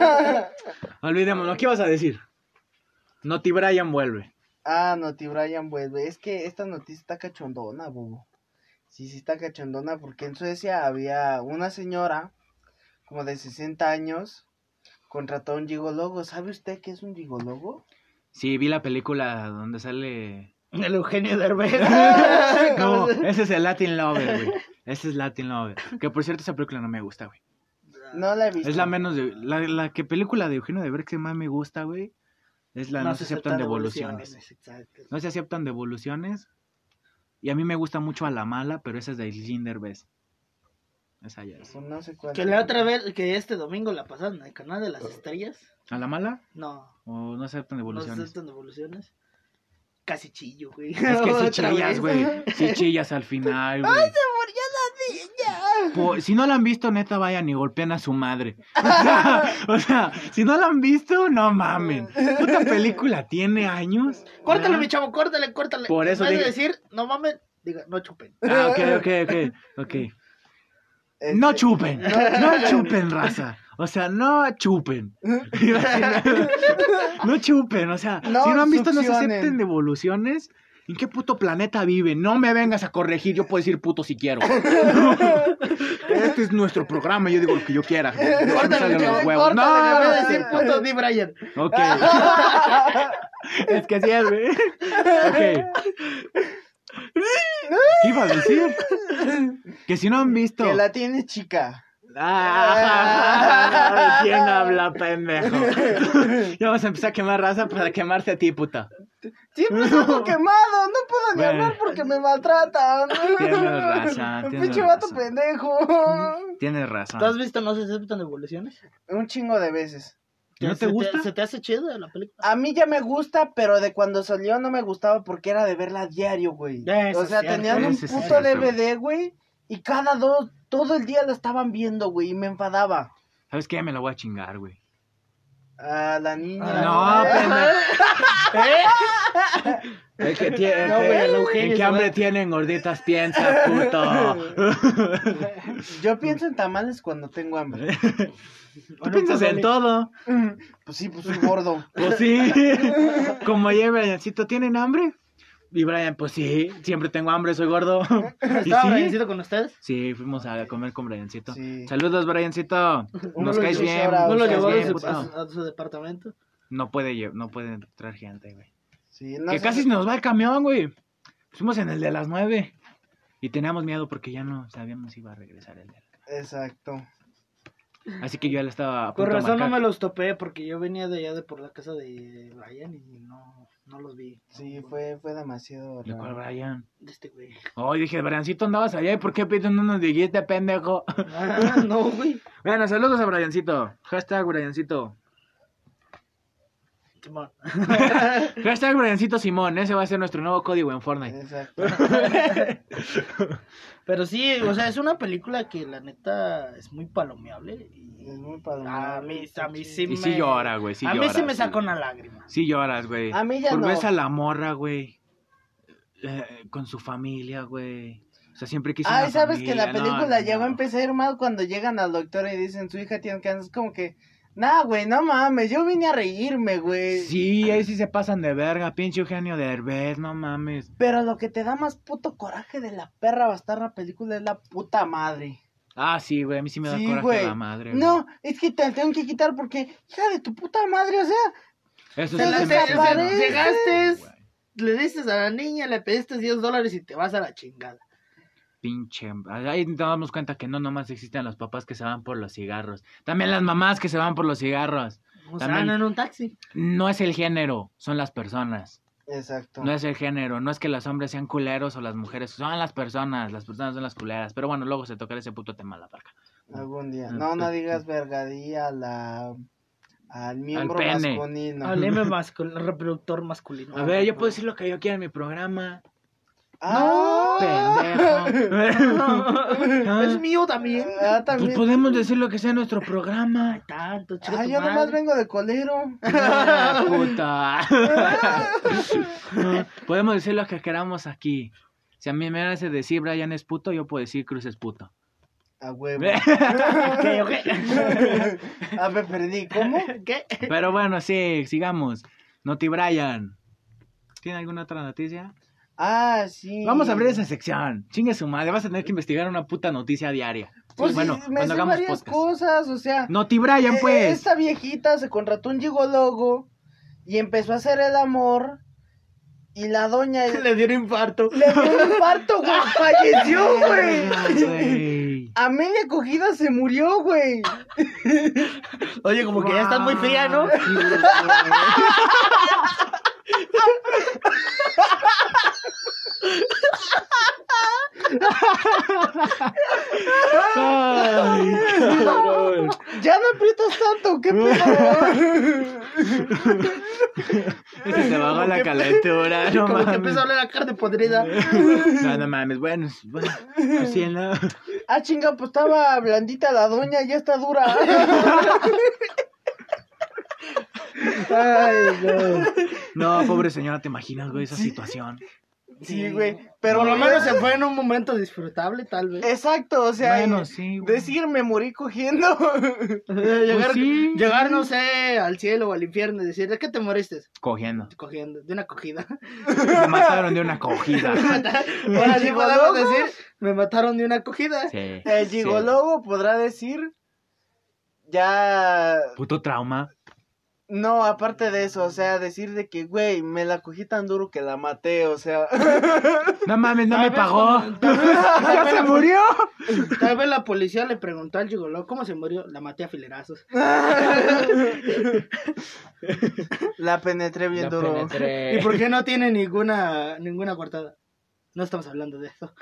B: [LAUGHS]
A: Olvidémonos. ¿Qué ibas a decir? Noti Brian vuelve.
B: Ah, Noti Brian vuelve. Es que esta noticia está cachondona, bobo. Sí, sí está cachondona porque en Suecia había una señora como de 60 años contrató a un gigologo. ¿Sabe usted qué es un gigologo?
A: Sí, vi la película donde sale.
C: El Eugenio Derbez.
A: [LAUGHS]
C: [LAUGHS]
A: No, ese es el Latin Lover, güey. Ese es Latin Lover. Que por cierto, esa película no me gusta, güey.
B: No la he visto.
A: Es la menos de. La, la que película de Eugenio Derbez que más me gusta, güey. Es la No, se aceptan devoluciones.
C: Exacto.
A: No se aceptan devoluciones. Y a mí me gusta mucho a la mala, pero esa es de Aislinn Derbez. Esa ya es.
B: No sé cuál.
C: Que la otra vez, que este domingo la pasaron en el canal de las estrellas.
A: ¿A la mala?
C: No,
A: ¿O no se aceptan
C: no se
A: devoluciones?
C: aceptan devoluciones. Casi chillo, güey.
A: Es que sí
C: [LAUGHS] Otra
A: chillas,
C: vez.
A: güey. Sí chillas al final, güey. Po- si no la han visto, neta, vayan y golpeen a su madre. [LAUGHS] O sea, o sea, si no la han visto, no mamen. Puta película tiene años.
C: Córtale,
A: ¿Ya?
C: mi chavo, córtale, córtale.
A: Por eso
C: En vez de
A: dije-
C: decir, no mames, diga, no
A: [LAUGHS]
C: chupen.
A: Ah, ok, ok, ok. ok.
B: Este,
A: No chupen, no chupen, raza. O sea, no chupen. Iba a decir, [LAUGHS] No chupen, o sea,
B: No
A: si no han visto, no se
B: succionen.
A: acepten devoluciones. ¿En qué puto planeta viven? No me vengas a corregir, yo puedo decir puto si
B: [LAUGHS]
A: quiero. Este es nuestro programa, yo digo lo que yo
B: [LAUGHS]
A: quiera. No me
C: Córtale,
A: salgan
C: mi
A: los
C: chavo,
A: huevos.
C: córtale.
A: No,
C: en
A: no,
C: vez de decir
A: no.
C: puto Di Brian.
B: [LAUGHS]
A: Ok. es que así es, güey.
B: [LAUGHS]
A: Ok. ¿Qué iba a decir? Que si no han visto.
B: [LAUGHS] Que la tiene chica.
A: Ah, [LAUGHS] ¿Quién habla, pendejo? [LAUGHS] ya vas a empezar a quemar raza para quemarte a ti, puta.
B: Siempre
A: [LAUGHS]
B: salgo quemado, no puedo ni
A: Bueno.
B: hablar porque me maltratan.
A: Tienes
B: [LAUGHS]
A: razón, tienes
B: Pinche vato
A: razón.
B: pendejo.
A: Tienes razón.
C: ¿Tú has visto No se aceptan devoluciones?
B: Un chingo de veces.
A: ¿No
C: ¿Se
A: te gusta?
C: ¿Se te hace chido la película?
B: A mí ya me gusta, pero de cuando salió no me gustaba porque era de verla a diario, güey.
C: Eso
B: O sea,
C: es cierto,
B: tenían un
A: eso es
B: puto
A: cierto.
B: DVD, güey, y cada dos, todo el día la estaban viendo, güey, y me enfadaba.
A: ¿Sabes qué? Me la voy a chingar, güey.
B: A la niña.
A: Ah,
C: Ah,
A: No, ¿Eh? pendejo. Es que tie-
C: No, güey, el
A: ¿En
C: Eugenio
A: qué
C: se
A: hambre
C: va.
A: tienen gorditas piensa, [LAUGHS] puto?
B: [LAUGHS] Yo pienso en tamales cuando tengo hambre.
A: Tú piensas en todo.
B: Pues sí, pues soy gordo.
A: Pues [LAUGHS] sí. Como ayer Briancito, ¿tienen hambre? Y Brian, pues sí, siempre tengo hambre, soy gordo. [LAUGHS] ¿Y
C: ¿Estaba
A: sí?
C: agradecido con ustedes?
A: Sí, fuimos a comer con Briancito.
B: Sí.
A: Saludos, Briancito. Nos
B: lo
A: caes
B: llevó,
A: bien.
B: ahora,
A: nos
C: ¿No lo
A: caes
B: ustedes
C: llevó
A: bien,
C: a su,
A: puto.
C: a su- a su departamento?
A: No puede, lle- no puede entrar gente, güey.
B: Sí, no
A: que
B: sé.
A: casi nos va el camión, güey. Fuimos en el de las nueve. Y teníamos miedo porque ya no sabíamos si iba a regresar el de
B: Exacto.
A: Así que yo ya le estaba a
C: Con
A: punto de
C: razón no
A: marcar.
C: me los topé porque yo venía de allá de por la casa de Brian y no, no los vi.
B: Sí,
C: No,
B: fue, fue demasiado.
A: ¿De cuál,
B: raro.
A: Brian?
C: De este [LAUGHS] güey.
A: Oh, dije, Briancito, andabas allá. ¿Y por qué piden unos dijiste, pendejo? [LAUGHS]
C: Ah, no, güey.
A: Bueno, saludos a Briancito. Hashtag Briancito.
C: Simón.
A: Hashtag Briancito Simón. Ese va a ser nuestro nuevo código en Fortnite.
B: Exacto.
C: Pero sí, o sea, es una película que la neta es muy palomeable.
B: Es
C: Y
B: muy padre.
C: [LAUGHS] a mí, a mí sí me...
A: Y sí llora, güey. Sí
C: a mí
A: llora,
C: sí me sacó
A: sí.
C: una lágrima.
A: Sí lloras, güey.
B: A mí ya
A: Por
B: no.
A: ves a la morra, güey. eh, con su familia, güey. O sea, siempre quiso.
B: Ay,
A: una
B: sabes que la
A: familia, no,
B: película
A: no,
B: ya va a
A: no.
B: empezar mal cuando llegan al doctor y dicen su hija tiene cáncer. Es como que, nah, güey, no mames, yo vine a reírme, güey.
A: Sí, ahí sí se pasan de verga. Pinche Eugenio Derbez, no mames.
B: Pero lo que te da más puto coraje de la perra bastarda película es la puta madre.
A: Ah, sí, güey. A mí sí me da
B: Sí,
A: coraje
B: güey.
A: la madre. güey.
B: No, es que te la tengo que quitar porque, hija de tu puta madre, o sea,
A: Eso
B: Se
A: sí
B: la
A: se me hace
B: desaparece.
A: bien, ¿no?
C: Llegaste,
A: Güey,
C: le dices a la niña, le pediste 10 dólares y te vas a la chingada.
A: Pinche. Ahí nos damos cuenta que no nomás existen los papás que se van por los cigarros. También las mamás que se van por los cigarros.
C: O sea,
A: También-
C: andan en un taxi.
A: No es el género, son las personas.
B: Exacto.
A: No es el género, no es que los hombres sean culeros o las mujeres, son las personas, las personas son las culeras. Pero bueno, luego se tocará ese puto tema a la verga.
B: Algún día. No, no digas vergadía a la, al miembro
A: pene. em- [LAUGHS]
B: masculino.
C: Hableme masculino, reproductor masculino.
A: A ver, yo puedo decir lo que yo quiera en mi programa.
B: Ah, [LAUGHS]
A: Pendejo.
C: es mío también.
B: ah,
A: Pues
B: también.
A: podemos decir lo que sea en nuestro [LAUGHS] programa.
C: Tanto, chico.
B: Ah, yo nomás vengo de colero.
A: Ah,
B: [LAUGHS]
A: puta. [LAUGHS] podemos decir lo que queramos aquí. Si a mí me hace decir Brian es puto, yo puedo decir Cruz es
B: [LAUGHS]
A: puto.
B: A huevo.
C: ¿Qué?
B: [LAUGHS] A ver, perdí. ¿Cómo?
C: [LAUGHS] ¿Qué?
A: [LAUGHS] Pero bueno, sí, sigamos. Noti Brian. ¿Tiene alguna otra noticia?
B: Ah, sí.
A: Vamos a abrir esa sección. Chingue su madre, vas a tener que investigar una puta noticia diaria.
B: Pues
A: bueno,
B: sí, me sé varias cosas, o sea.
A: Noti Brian,
B: eh,
A: pues. [LAUGHS]
B: Esta viejita se contrató un gigologo y empezó a hacer el amor. Y la doña le
C: Le dio un infarto.
B: dio un infarto, güey. Falleció,
A: [LAUGHS] Ay,
B: güey.
A: güey.
B: A media cogida se murió, güey.
C: Oye, como que ya estás muy fría, ¿no?
A: [LAUGHS] Sí, güey. Ay, cabrón.
B: Ya no aprietas tanto, qué pedo.
A: [LAUGHS] Se te bajó la calentura, no
C: como que
A: mames.
C: empezó a hablar la carne [LAUGHS] podrida.
A: No, no mames, bueno, bueno, pues sí, ¿no?
B: Ah, chinga, pues estaba blandita la doña, ya está dura.
A: No, pobre señora, ¿te imaginas, güey, esa situación?
B: [LAUGHS] Sí, güey. Pero
C: por lo menos se fue en un momento disfrutable, tal vez.
B: Exacto, o sea, eh,
A: Bueno, sí, güey.
B: decir me morí cogiendo. [LAUGHS]
C: [LAUGHS] llegar,
A: sí.
C: llegar, no sé, al cielo o al infierno y decir, ¿de qué te moriste?
A: Cogiendo.
C: Cogiendo, de una cogida.
A: Me mataron de una cogida. [LAUGHS]
C: [LAUGHS] Ahora sí podemos
B: gigologo.
C: decir, me mataron de una cogida.
A: Sí.
B: El
A: sí.
B: gigolobo podrá decir ya
A: Puto trauma.
B: no, aparte de eso, o sea, decir de que güey, me la cogí tan duro que la maté, o sea, [LAUGHS]
A: No mames, no me
C: vez
A: pagó.
C: como-
A: [LAUGHS] ¡Ya se murió!
C: Tal vez la policía le preguntó al gigoló cómo se murió. La maté a filerazos.
B: la penetré bien duro.
C: ¿Y por qué no tiene ninguna ninguna coartada? No estamos hablando de eso.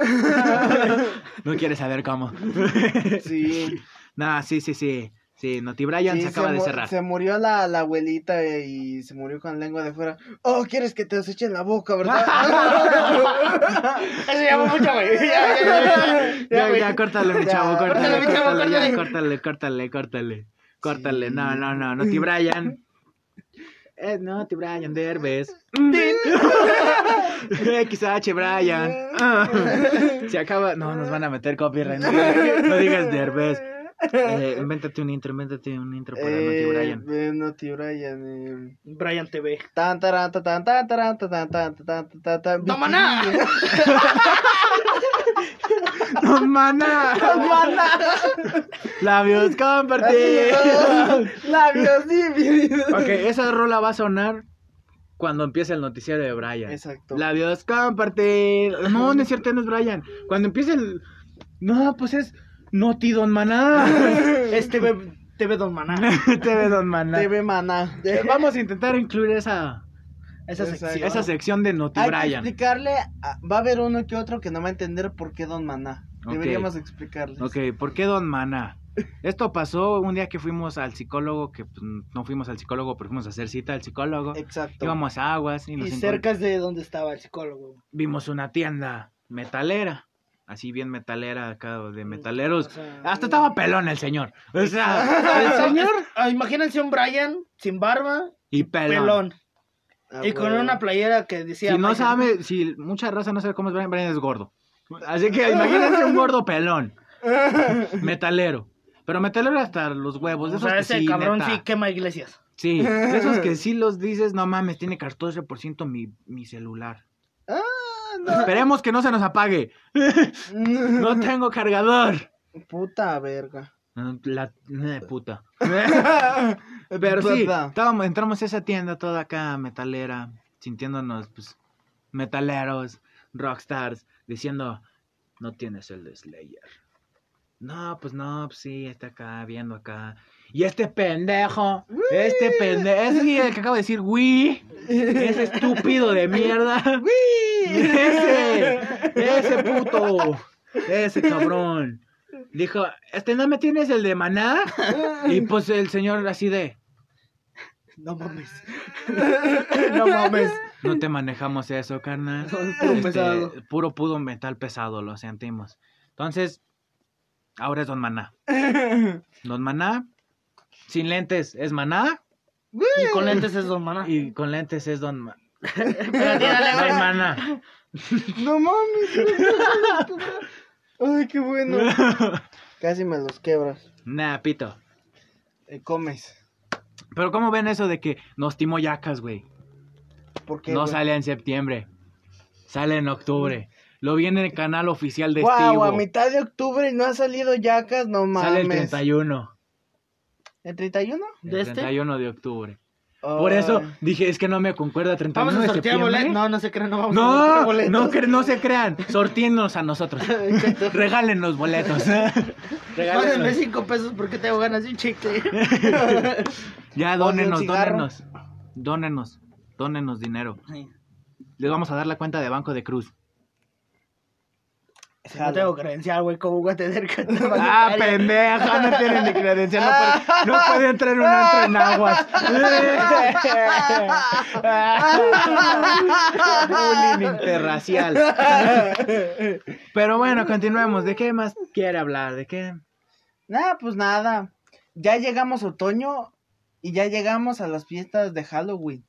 A: No quieres saber cómo.
B: [LAUGHS] Sí.
A: [LAUGHS] no, sí, sí, sí. Sí, Noti Brian
B: Sí,
A: se acaba de
B: mu-
A: cerrar.
B: Se murió la, la abuelita eh, y se murió con lengua de fuera. Oh, quieres que te los echen la boca,
A: [LAUGHS]
B: ¿verdad?
C: Eso ya va mucho, güey. [LAUGHS] Ya, ya, ya, ya,
A: Ya,
C: güey.
A: ya, córtale, mi
B: Ya.
A: chavo, córtale,
C: Córtale, mi chavo,
A: córtale, ya,
C: córtale.
A: córtale, córtale, córtale. Córtale,
B: Sí.
A: no, no, no, Noti Brian. Eh, no, te Brian Derbez. [LAUGHS] XH Brian. Se acaba. No, nos van a meter copyright. No, no digas Derbez. Eh, invéntate un intro, invéntate un intro para Noti
B: [LAUGHS]
A: Brian.
B: Eh, Noti Brian. eh.
C: Brian TV.
B: Tan, taran, ta, tan, tan, taran, ta, tan, tan, ta, tan, ta, tan, tan.
C: ¡No, maná!
A: ¡No, maná! ¡Labios compartidos! [LAUGHS]
B: Labios divididos.
A: ok, esa rola va a sonar cuando empiece el noticiero de Brian.
B: Exacto.
A: Labios compartidos. No, no es cierto, no es Brian. Cuando empiece el. No, pues es. Noti Don
B: [LAUGHS]
A: Maná.
C: Es TV, TV Don Maná.
A: TV Don Maná.
B: TV Maná.
A: Eh, Vamos a intentar incluir esa,
C: Esa sección.
A: esa sección de Noti
B: Hay que
A: Brian.
B: explicarle, a- va a haber uno que otro que no va a entender por qué Don Maná.
A: Ok.
B: Deberíamos explicarle.
A: Ok, ¿por qué Don Maná? Esto pasó un día que fuimos al psicólogo, que pues, no fuimos al psicólogo, pero fuimos a hacer cita al psicólogo.
B: Exacto.
A: Íbamos a aguas y nos
C: Y
A: encont-
C: cerca es de donde estaba el psicólogo.
A: vimos una tienda metalera, así bien metalera, acá de
C: O
A: metaleros.
C: sea,
A: Hasta estaba pelón el señor. O sea,
C: [LAUGHS]
A: el señor
C: Ah, Imagínense un Brian sin barba,
A: y pelón.
C: pelón.
B: Ah,
C: y con
B: bueno. [LAUGHS]
C: una playera que decía.
A: Si no
C: Brian.
A: sabe, si mucha raza no sabe cómo es Brian, Brian es gordo. Así
C: [LAUGHS]
A: que imagínense un gordo pelón. Metalero. Pero metalero hasta los huevos. de
C: O
A: esos
C: sea,
A: que
C: ese
A: pues sí,
C: cabrón
A: neta.
C: sí quema iglesias.
A: Sí, de esos que sí los dices, no mames, tiene 14% mi, mi celular. Esperemos que no se nos apague. No tengo cargador.
B: Puta verga.
A: La eh,
C: [LAUGHS]
A: puta. [LAUGHS] Pero sí,
B: Puta.
A: estábamos, entramos a esa tienda toda acá metalera, sintiéndonos pues metaleros, rockstars, diciendo, no tienes el de Slayer. No, pues no, pues sí, está acá, viendo acá. Y este pendejo, este pendejo, es el que acaba de decir, ¡Wii! ese estúpido de mierda. Ese, ese puto, ese cabrón. Dijo, este no me tienes el de maná. [LAUGHS] Y pues el señor así de,
C: No mames.
A: no mames. No te manejamos eso, carnal.
C: puro
A: Este,
C: pesado.
A: Puro pudo metal pesado, lo sentimos. Entonces, ahora es Don Maná. Don Maná, sin lentes es Maná
C: Y con lentes es Don
A: [LAUGHS]
C: Maná.
A: y con lentes es Don Maná.
C: Pero tírale, güey.
A: Maná.
B: No mames. Ay,
A: [LAUGHS]
B: qué bueno. Casi me los quebras.
A: Nah, pito.
B: Eh, comes.
A: Pero ¿cómo ven eso de que nos timó yacas, güey?
B: Porque
A: No sale en septiembre. Sale en octubre. Lo vi en el canal oficial de
B: Wow,
A: Estivo.
B: a mitad de octubre y no ha salido yacas, no mames.
A: Sale el 31.
B: ¿El 31?
A: El
C: ¿De este?
A: 31 de octubre. Por eso dije, es que no me concuerda 31
C: Vamos a
A: de
C: sortear
A: septiembre.
C: boletos. No, no se crean, no vamos a sortear
A: No,
C: boletos.
A: no, cre- no se crean. Sortíennos a
C: [LAUGHS]
A: nosotros. [LAUGHS] Regálenos boletos.
C: Pásenme
A: Regálenos.
C: 5 pesos porque tengo ganas de
A: [LAUGHS]
C: un chicle.
A: Ya,
B: Ponle un
A: dónenos,
B: cigarro.
A: dónenos. Dónenos. Dónenos dinero. Les vamos a dar la cuenta de Banco de Cruz.
C: Si no tengo credencial, güey, ¿cómo voy a tener que
A: Ah, [LAUGHS] pendeja, no tienen ni credencial. No puede, no puede entrar en un antro en aguas. Bullying interracial. Pero bueno, continuemos. ¿De qué más quiere hablar? ¿De qué?
B: Nada, pues nada. Ya llegamos a otoño y ya llegamos a las fiestas de Halloween.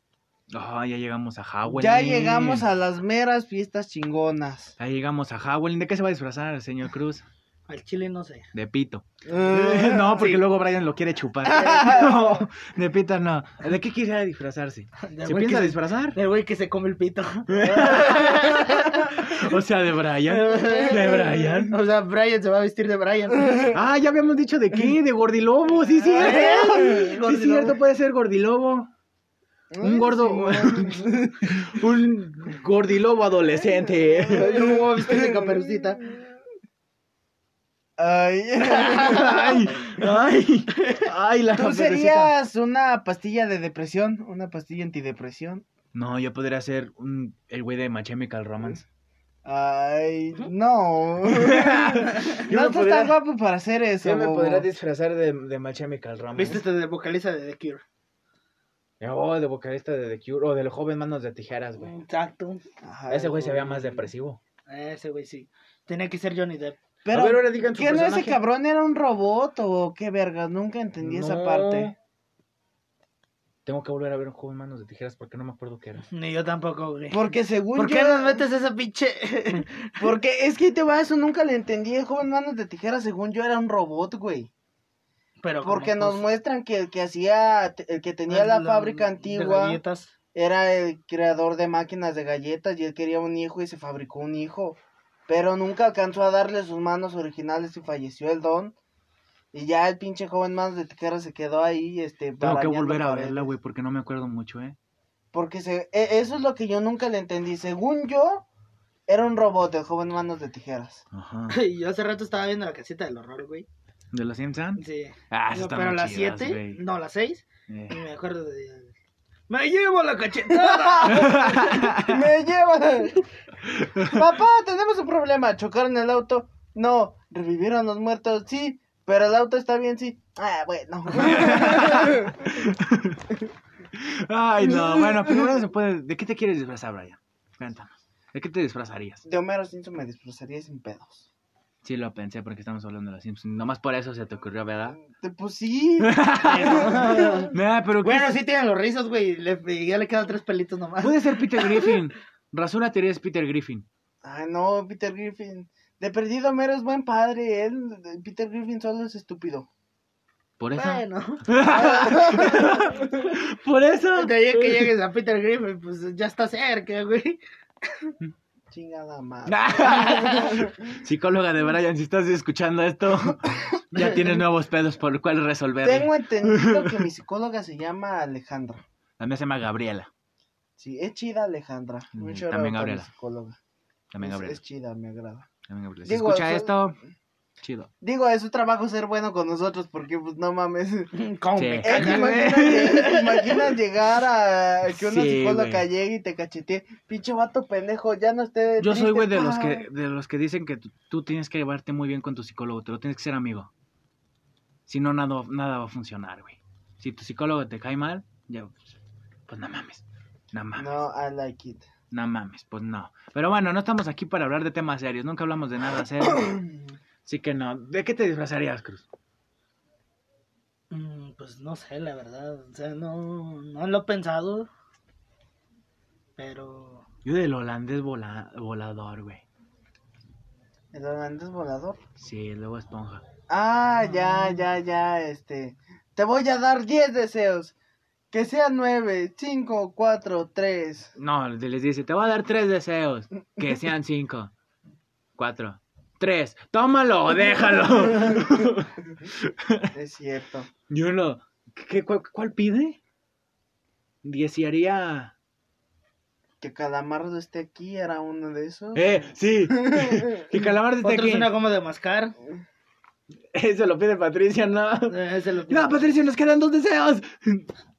A: Ah, ya llegamos a Halloween.
B: Ya llegamos a las meras fiestas chingonas.
A: Ya llegamos a Halloween. ¿De qué se va a disfrazar, señor Cruz?
C: Al chile no sé.
A: De pito. no, porque luego Brian lo quiere chupar. no, de pito no. ¿De qué quiere disfrazarse?
C: Del
A: ¿Se
C: güey
A: piensa
C: que-
A: disfrazar?
C: Del güey que se come
A: [LAUGHS]
C: el pito.
A: O sea, de Brian. [LAUGHS] De Brian.
C: O sea, Brian se va a vestir
A: [LAUGHS]
C: de Brian.
A: Ah, ya habíamos dicho de qué, de gordilobo, sí, sí. Sí,
C: gordilobo.
A: cierto, puede ser gordilobo. Un gordo. [LAUGHS] un gordilobo adolescente.
C: Yo me voy a vestir de caperucita.
A: [LAUGHS]
B: Ay.
A: ay, ay, ay, la
B: Tú
A: caperucita.
B: serías una pastilla de depresión, una pastilla antidepresión.
A: No, yo podría ser un, el güey de My Chemical Romance.
B: Ay, no.
A: [LAUGHS] Yo
B: no
A: me
B: estás
A: podría-
B: tan guapo para hacer eso.
A: Yo me
B: bobo.
A: podría disfrazar de, de My Chemical Romance.
B: este?
C: Vístete de este vocalista de The Cure.
A: Oh, de vocalista de The Cure o del joven Manos de Tijeras, güey.
C: Exacto.
B: Ay,
A: Ese güey se veía más depresivo.
C: Ese güey sí. Tenía que ser Johnny Depp.
B: Pero,
A: A ver, ahora digan su
B: ¿qué no ese
A: personaje.
B: cabrón era un robot o qué vergas? Nunca entendí esa
A: No.
B: parte.
A: Tengo que volver a ver un juego de manos de tijeras porque no me acuerdo qué era.
C: Ni yo tampoco, güey.
B: Porque según
C: ¿Por
B: yo.
C: qué nos metes esa pinche?
B: [LAUGHS] Porque es que ahí te va, eso nunca le entendí. El joven manos de tijera, según yo, era un robot, güey.
C: Pero como,
B: Porque nos
C: pues,
B: muestran que el que hacía, el que
A: Pues
B: tenía la,
C: las-
B: fábrica
C: de
B: antigua
C: galletas. [LAUGHS]
B: era el creador de máquinas de galletas y él quería un hijo y se fabricó un hijo. Pero nunca alcanzó a darle sus manos originales y falleció el don. Y ya el pinche joven manos de tijera se quedó ahí, este.
A: Tengo que
B: arañando
A: volver a
B: paredes.
A: verla, güey, porque no me acuerdo mucho, ¿eh?
B: Porque se, e- eso es lo que yo nunca le entendí. Según yo, era un robot el joven manos de tijeras.
A: Ajá.
C: Y yo hace rato estaba viendo la casita del horror, güey.
A: ¿De los Simpsons?
C: Sí.
A: Ah,
C: No,
A: esas están
C: pero
A: muy
C: las
A: chidas,
C: 7,
A: güey.
C: no, las 6, y
A: Eh. [LAUGHS]
C: me acuerdo de. ¡Me llevo la cachetada!
B: [LAUGHS] Me llevan. Papá, tenemos un problema. Chocaron el auto. No, revivieron los muertos. Sí, pero el auto está bien, sí.
A: [LAUGHS]
B: Ah, bueno.
A: Ay, no, bueno, primero se puede... ¿De qué te quieres disfrazar, Brian? Cuéntanos. ¿De qué te disfrazarías?
B: De Homero Simpson me disfrazaría sin pedos.
A: Sí, lo pensé porque estamos hablando de los Simpsons. Nomás por eso se te ocurrió, ¿verdad?
B: Te- Pues sí.
A: Nah, pero ¿qué
C: [LAUGHS] bueno,
A: es-
C: sí tienen los rizos, güey. le- y Ya le quedan tres pelitos nomás.
A: Puede ser Peter Griffin. Rasúrate eres Peter Griffin.
B: Ay, no, Peter Griffin. De perdido, Homero es buen padre. Él, Peter Griffin solo es estúpido.
A: Por eso.
C: Bueno, [LAUGHS]
A: [LAUGHS] Por eso.
C: de ahí que llegues a Peter Griffin, pues ya está cerca, güey.
B: Chingada madre.
A: Ah, [LAUGHS] Psicóloga de Brian, si estás escuchando esto, ya
B: [LAUGHS]
A: tienes nuevos pedos por el cual resolver.
B: Tengo entendido que mi psicóloga se llama Alejandra.
A: La mía se llama Gabriela.
B: Sí, es chida Alejandra.
A: Mm,
B: Un shout out
A: también
B: a mi
A: Gabriela.
B: psicóloga.
A: También
B: Es-
A: Gabriela.
B: es chida, me agrada.
A: También Gabriela. Si
B: digo,
A: escucha
B: son-
A: esto, chido.
B: Digo, es su trabajo ser bueno con nosotros, porque pues no mames.
C: [LAUGHS]
B: Eh,
C: Con
A: Sí.
C: me caga, [LAUGHS]
B: Imagina, te imaginas llegar a que una
A: Sí,
B: psicóloga
A: güey.
B: llegue y te cachetee, pinche vato pendejo, ya no esté.
A: Yo soy
B: triste,
A: güey de los
B: pa".
A: que de los que dicen que tú- tú tienes que llevarte muy bien con tu psicólogo, te lo tienes que ser amigo. Si no nada nada va a funcionar, güey. Si tu psicólogo te cae mal, ya pues, pues no mames. No mames.
B: No, I like it.
A: No mames, pues no. Pero bueno, no estamos aquí para hablar de temas serios. Nunca hablamos de nada
C: [COUGHS]
A: serio. Así que no. ¿De qué te disfrazarías, Cruz?
C: Mm, Pues no sé, la verdad. O sea, no, no lo he pensado. Pero.
A: Yo del holandés vola- volador, güey.
B: El holandés volador.
A: Sí, luego esponja.
B: Ah, ya, ya, ya, este. Te voy a dar 10 deseos. Que sean 9, 5, 4, 3.
A: No, les dice, te voy a dar tres deseos. Que sean cinco. Cuatro. Tres. Tómalo o
C: [LAUGHS]
A: déjalo.
B: [LAUGHS] Es cierto.
A: Y uno, ¿qué, cuál, cuál pide? Desearía...
B: Que Calamardo esté aquí era uno de esos.
A: Eh,
C: [LAUGHS]
A: sí. [LAUGHS] Que calamar de
C: Otro
A: aquí.
C: es una goma de mascar.
A: [LAUGHS] Eso lo pide Patricia, ¿no?
C: eh, se lo-
A: No, pues, Patricio, nos quedan dos deseos.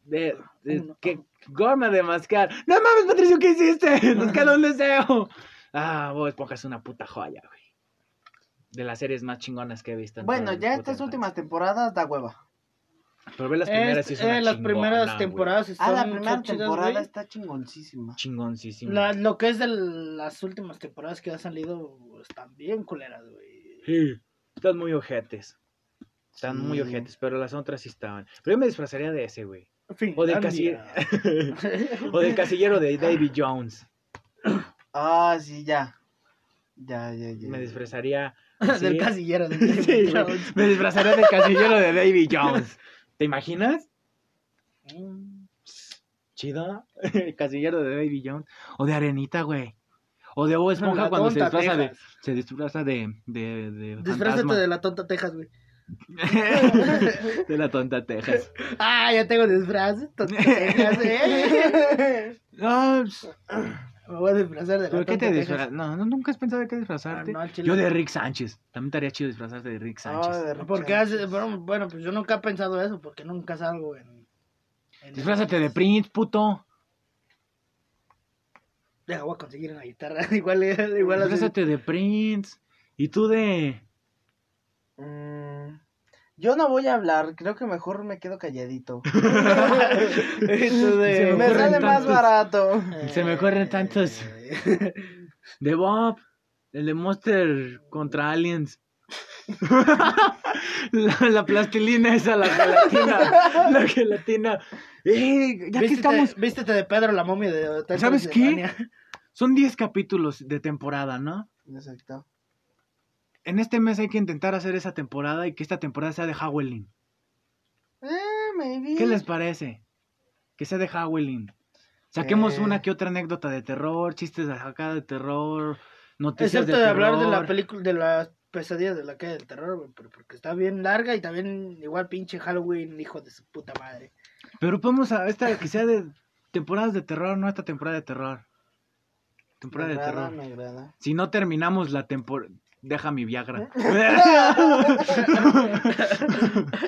A: De, de-
C: Uno.
A: que goma de mascar. No mames, Patricio, ¿qué hiciste? Nos queda un deseo. Ah, vos Esponja es una puta joya, güey. De las series más chingonas que he visto. en
B: Bueno,
A: todo el
B: ya
A: puto
B: estas
A: internet.
B: últimas temporadas da hueva.
A: Pero ve las primeras sí
C: Este-
A: son una
C: eh, las
A: chingona,
C: primeras
A: güey.
C: temporadas están
B: Ah, la
C: son
B: primera
C: chidas,
B: temporada
C: güey.
B: está chingoncísima.
A: Chingoncísimas.
C: La- lo que es de las últimas temporadas que han salido pues, están bien culeras, güey.
A: Sí, Están muy ojetes. Están
B: Sí.
A: muy ojetes, pero las otras sí estaban. Pero yo me disfrazaría de ese, güey. O del,
C: Finlandia.
A: casillero,
C: ah.
A: [LAUGHS] o del casillero de David Jones.
B: Ah, sí, ya. Ya, ya, ya.
A: Me [LAUGHS] disfrazaría.
C: del
A: así. [LAUGHS]
C: casillero. De
A: Sí, güey. me disfrazaré del casillero de Davy Jones. ¿Te imaginas?
C: Mm,
A: Chido. [LAUGHS] El casillero de Davy Jones. O de Arenita, güey. O de Bob Esponja
C: la
A: cuando se
C: tonta
A: disfraza de.
C: Texas.
A: Se disfraza de. de, de
C: Disfrázate
A: fantasma.
C: de la tonta Texas, güey.
A: [LAUGHS] de la tonta Texas.
C: Ah, ya tengo disfraz. Tonta Texas, eh.
A: [LAUGHS] No, pues,
C: Me voy a disfrazar de la
A: ¿Pero
C: tonta
A: qué te
C: Texas.
A: disfrazas? No, no, nunca has pensado de qué disfrazarte.
C: Ah, no, al chile
A: Yo
C: no.
A: de Rick Sánchez. También estaría chido disfrazarte de Rick
B: Ah,
A: Sánchez.
B: de repente.
C: Porque hace, bueno, bueno, pues yo nunca he pensado eso, porque nunca salgo en... en-
A: Disfrázate de Prince, puto.
C: Deja, voy a conseguir una guitarra. [LAUGHS] igual, igual así.
A: Disfrázate de Prince. Y tú
C: [LAUGHS]
A: de.
B: Mm, yo no voy a hablar, creo que mejor me quedo calladito. [LAUGHS]
C: Eso
A: [LAUGHS]
C: de-
A: Se me
B: me
A: ocurren
B: sale más
A: tantos.
B: barato.
A: Se me ocurren tantos.
C: Eh, [LAUGHS]
A: De Bob. El de Monster contra Aliens. La, la plastilina esa, la
C: [LAUGHS]
A: gelatina. La gelatina. Eh, ya que
C: Vístete-
A: estamos.
C: Vístete de Pedro, la momia de Hotel
A: ¿Sabes qué?
C: Transilvania.
A: Son 10 capítulos de temporada, ¿no?
B: Exacto.
A: En este mes hay que intentar hacer esa temporada y que esta temporada sea de Howling.
B: Eh, maybe.
A: ¿Qué les parece? Que sea de Howling. Saquemos
B: Eh.
A: una que otra anécdota de terror, chistes de acá de terror, noticias
C: Excepto
A: de,
C: de, hablar de
A: terror.
C: la película, de las pesadillas de la calle del terror, güey, pero porque está bien larga y también igual pinche Halloween, hijo de su puta madre.
A: Pero podemos a esta que sea de temporadas de terror, no esta temporada de terror.
B: Me
A: Temporada de
B: agrada,
A: terror.
B: me agrada.
A: Si no terminamos la temporada. Deja mi Viagra.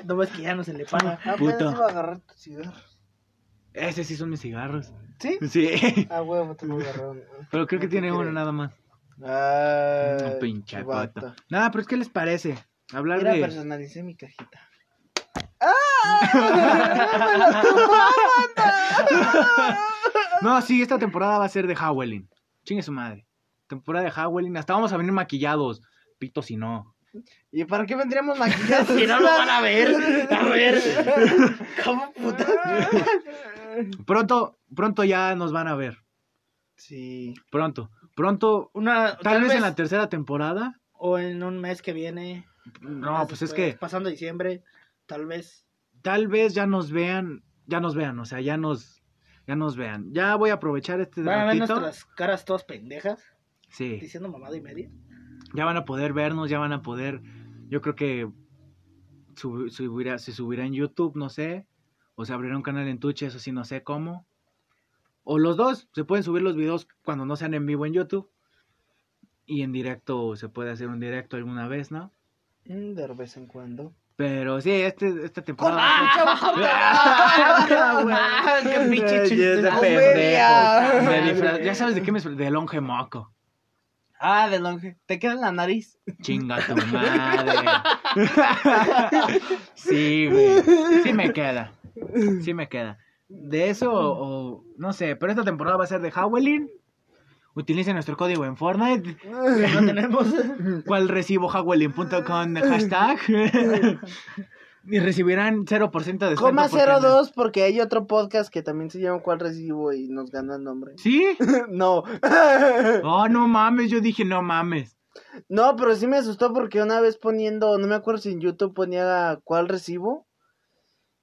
C: No ves que ya no se le paga.
A: Puto.
B: Apenas iba a agarrar tu cigarro.
A: Ese sí son mis cigarros.
B: ¿Sí?
A: Sí.
B: Ah, huevo, te lo agarraron.
A: Pero creo que
B: No te
A: tiene uno
B: creo.
A: nada más.
B: Ah,
A: Un pinche
B: vato.
A: vato. Nada, pero es que les parece. Hablar
B: Mira,
A: de.
B: personalicé mi cajita. ¡Ah! ¡Me lo tomaron!
A: No, sí, esta temporada va a ser de Howling. Chingue su madre. Temporada de Howling. Hasta vamos a venir maquillados. Pito si no.
B: ¿Y para qué
C: [LAUGHS]
B: vendríamos maquillados?
C: Si no lo van a [LAUGHS] ver, a ver. ¿Cómo puta?
A: Pronto, pronto ya nos van a ver.
B: Sí.
A: Pronto. Pronto.
C: Una,
A: Tal, vez, en la tercera temporada.
C: o en un mes que viene.
A: No,
C: más
A: pues es
C: después,
A: que
C: Pasando diciembre, tal vez.
A: tal vez ya nos vean. Ya nos vean, o sea, ya nos. Ya nos vean. Ya voy a aprovechar este
C: Van a ver
A: ratito.
C: nuestras caras todas pendejas,
A: Sí.
C: diciendo mamada y media.
A: Ya van a poder vernos, ya van a poder. Yo creo que sub- subirá, se subirá en YouTube, no sé. O se abrirá un canal en Twitch, eso sí, no sé cómo. O los dos, se pueden subir los videos cuando no sean en vivo en YouTube. Y en directo, se puede hacer un directo alguna vez, ¿no?
B: Mm, De vez en cuando.
A: Pero sí, este, esta temporada.
B: [LAUGHS]
C: Ah, ¡Qué pinche chiste!
A: Ya
B: pendejo.
A: pendejo. Me
B: Ah, Güey.
A: disfra- Ya sabes de qué me disfra- De longe moco.
B: Ah, de longe. Te queda en la nariz.
A: Chinga tu madre. Sí, güey. Sí me queda. Sí me queda. De eso, o, o- no sé, pero esta temporada va a ser de Howling. Utilicen nuestro código en Fortnite.
C: No tenemos.
A: ¿Cuál recibo Howling.com hashtag? Y recibirán 0% de descuento.
B: Coma
A: porque-
B: 02 porque hay otro podcast que también se llama ¿Cuál recibo? y nos gana el nombre.
A: ¿Sí?
B: [LAUGHS] no.
A: Oh, no mames. Yo dije, no mames.
B: No, pero sí me asustó porque una vez poniendo, no me acuerdo si en YouTube ponía cuál recibo.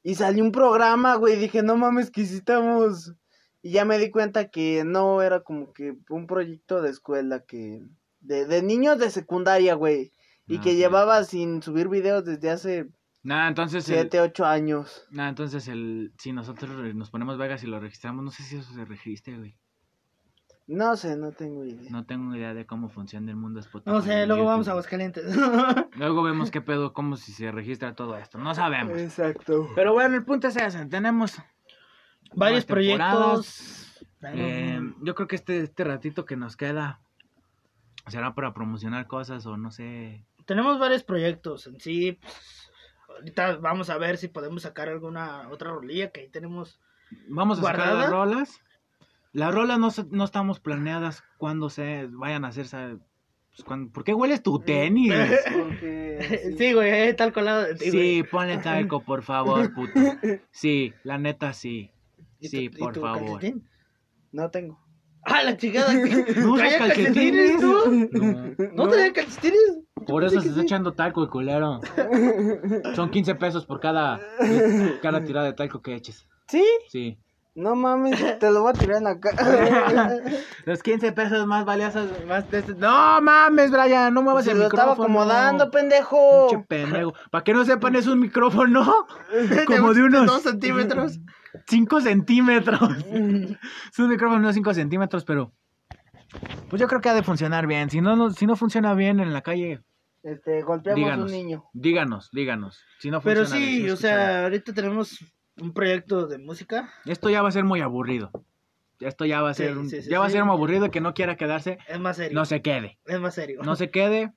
B: Y salió un programa, güey. Dije, no mames, que sí estamos. Y ya me di cuenta que no era como que un proyecto de escuela que. De, de niños de secundaria, güey. Y
A: Ah,
B: que
A: ok.
B: llevaba sin subir videos desde hace
A: Nah, entonces. el-
B: 7, 8 años.
A: nah, entonces el, si nosotros re- nos ponemos Vegas y lo registramos, no sé si eso se registre, güey.
B: No sé, no tengo idea.
A: No tengo idea de cómo funciona el mundo Spotify.
C: No sé,
A: y
C: luego
A: YouTube.
C: vamos a Aguascalientes. [LAUGHS]
A: Luego vemos qué pedo, cómo si se registra todo esto. No
C: Eh.
A: sabemos.
B: Exacto.
A: Pero bueno, el punto es ese. Tenemos
C: Varios
A: nuevas temporadas.
C: proyectos.
A: Eh, yo creo que este, este ratito que nos queda será para promocionar cosas o no sé.
C: Tenemos varios proyectos en sí. pues, ahorita vamos a ver si podemos sacar alguna otra rolilla que ahí tenemos.
A: Vamos a sacar
C: ¿Guardada?
A: las rolas. Las rolas no, se- no estamos planeadas cuando se vayan a hacer. ¿sabe? Pues, cuando- ¿Por qué hueles
B: Mm.
A: tu
B: [LAUGHS]
A: tenis? [LAUGHS]
B: Porque, sí.
C: [LAUGHS] Sí, güey, eh, tal colado. de ti, güey.
A: Sí,
B: [LAUGHS]
A: ponle talco, por favor, puto. Sí, la neta sí.
C: ¿Y
A: Sí,
C: tu- y
A: por
C: tu
A: favor.
C: calcetín?
B: No tengo.
C: Ah, la
A: [LAUGHS]
C: chingada.
A: ¿No
C: ¿No
A: usas
C: traía
A: calcetines,
C: calcetines, tú?
B: [LAUGHS]
A: No.
C: ¿No traía calcetines?
A: Por eso se está echando talco el
B: [LAUGHS]
A: culero. Son 15 pesos por cada, cada tirada de talco que eches.
B: ¿Sí? [LAUGHS]
A: Sí.
B: No mames, te lo voy a tirar
A: [LAUGHS]
B: en la [LAUGHS] cara.
A: Los 15 pesos más valiosos, más de este- No mames, Brian, no muevas
B: Se
A: el
B: lo
A: micrófono.
B: estaba acomodando,
A: Pinche
C: Oh.
B: pendejo.
A: pendejo. Para que no sepan, es un
C: [LAUGHS]
A: micrófono [LAUGHS] como de
C: Dos
A: unos
C: centímetros. Mm.
A: 5 centímetros. es un micrófono de unos 5 centímetros, pero. Pues yo creo que ha de funcionar bien. Si no, no- si no funciona bien en la calle,
B: Este, golpeamos a
A: díganos.
B: un niño.
A: Díganos, díganos. Si no
C: Pero
A: funciona bien, si
C: sí,
A: no
C: o
A: escucharon.
C: sea, ahorita tenemos un proyecto de música.
A: Esto ya va a ser muy aburrido. Esto ya va a
C: Sí,
A: ser, un-
C: sí, sí,
A: ya va a
C: sí.
A: ser muy aburrido. El que no quiera quedarse,
C: Es más serio.
A: no se quede.
C: Es más serio. [LAUGHS]
A: No se quede.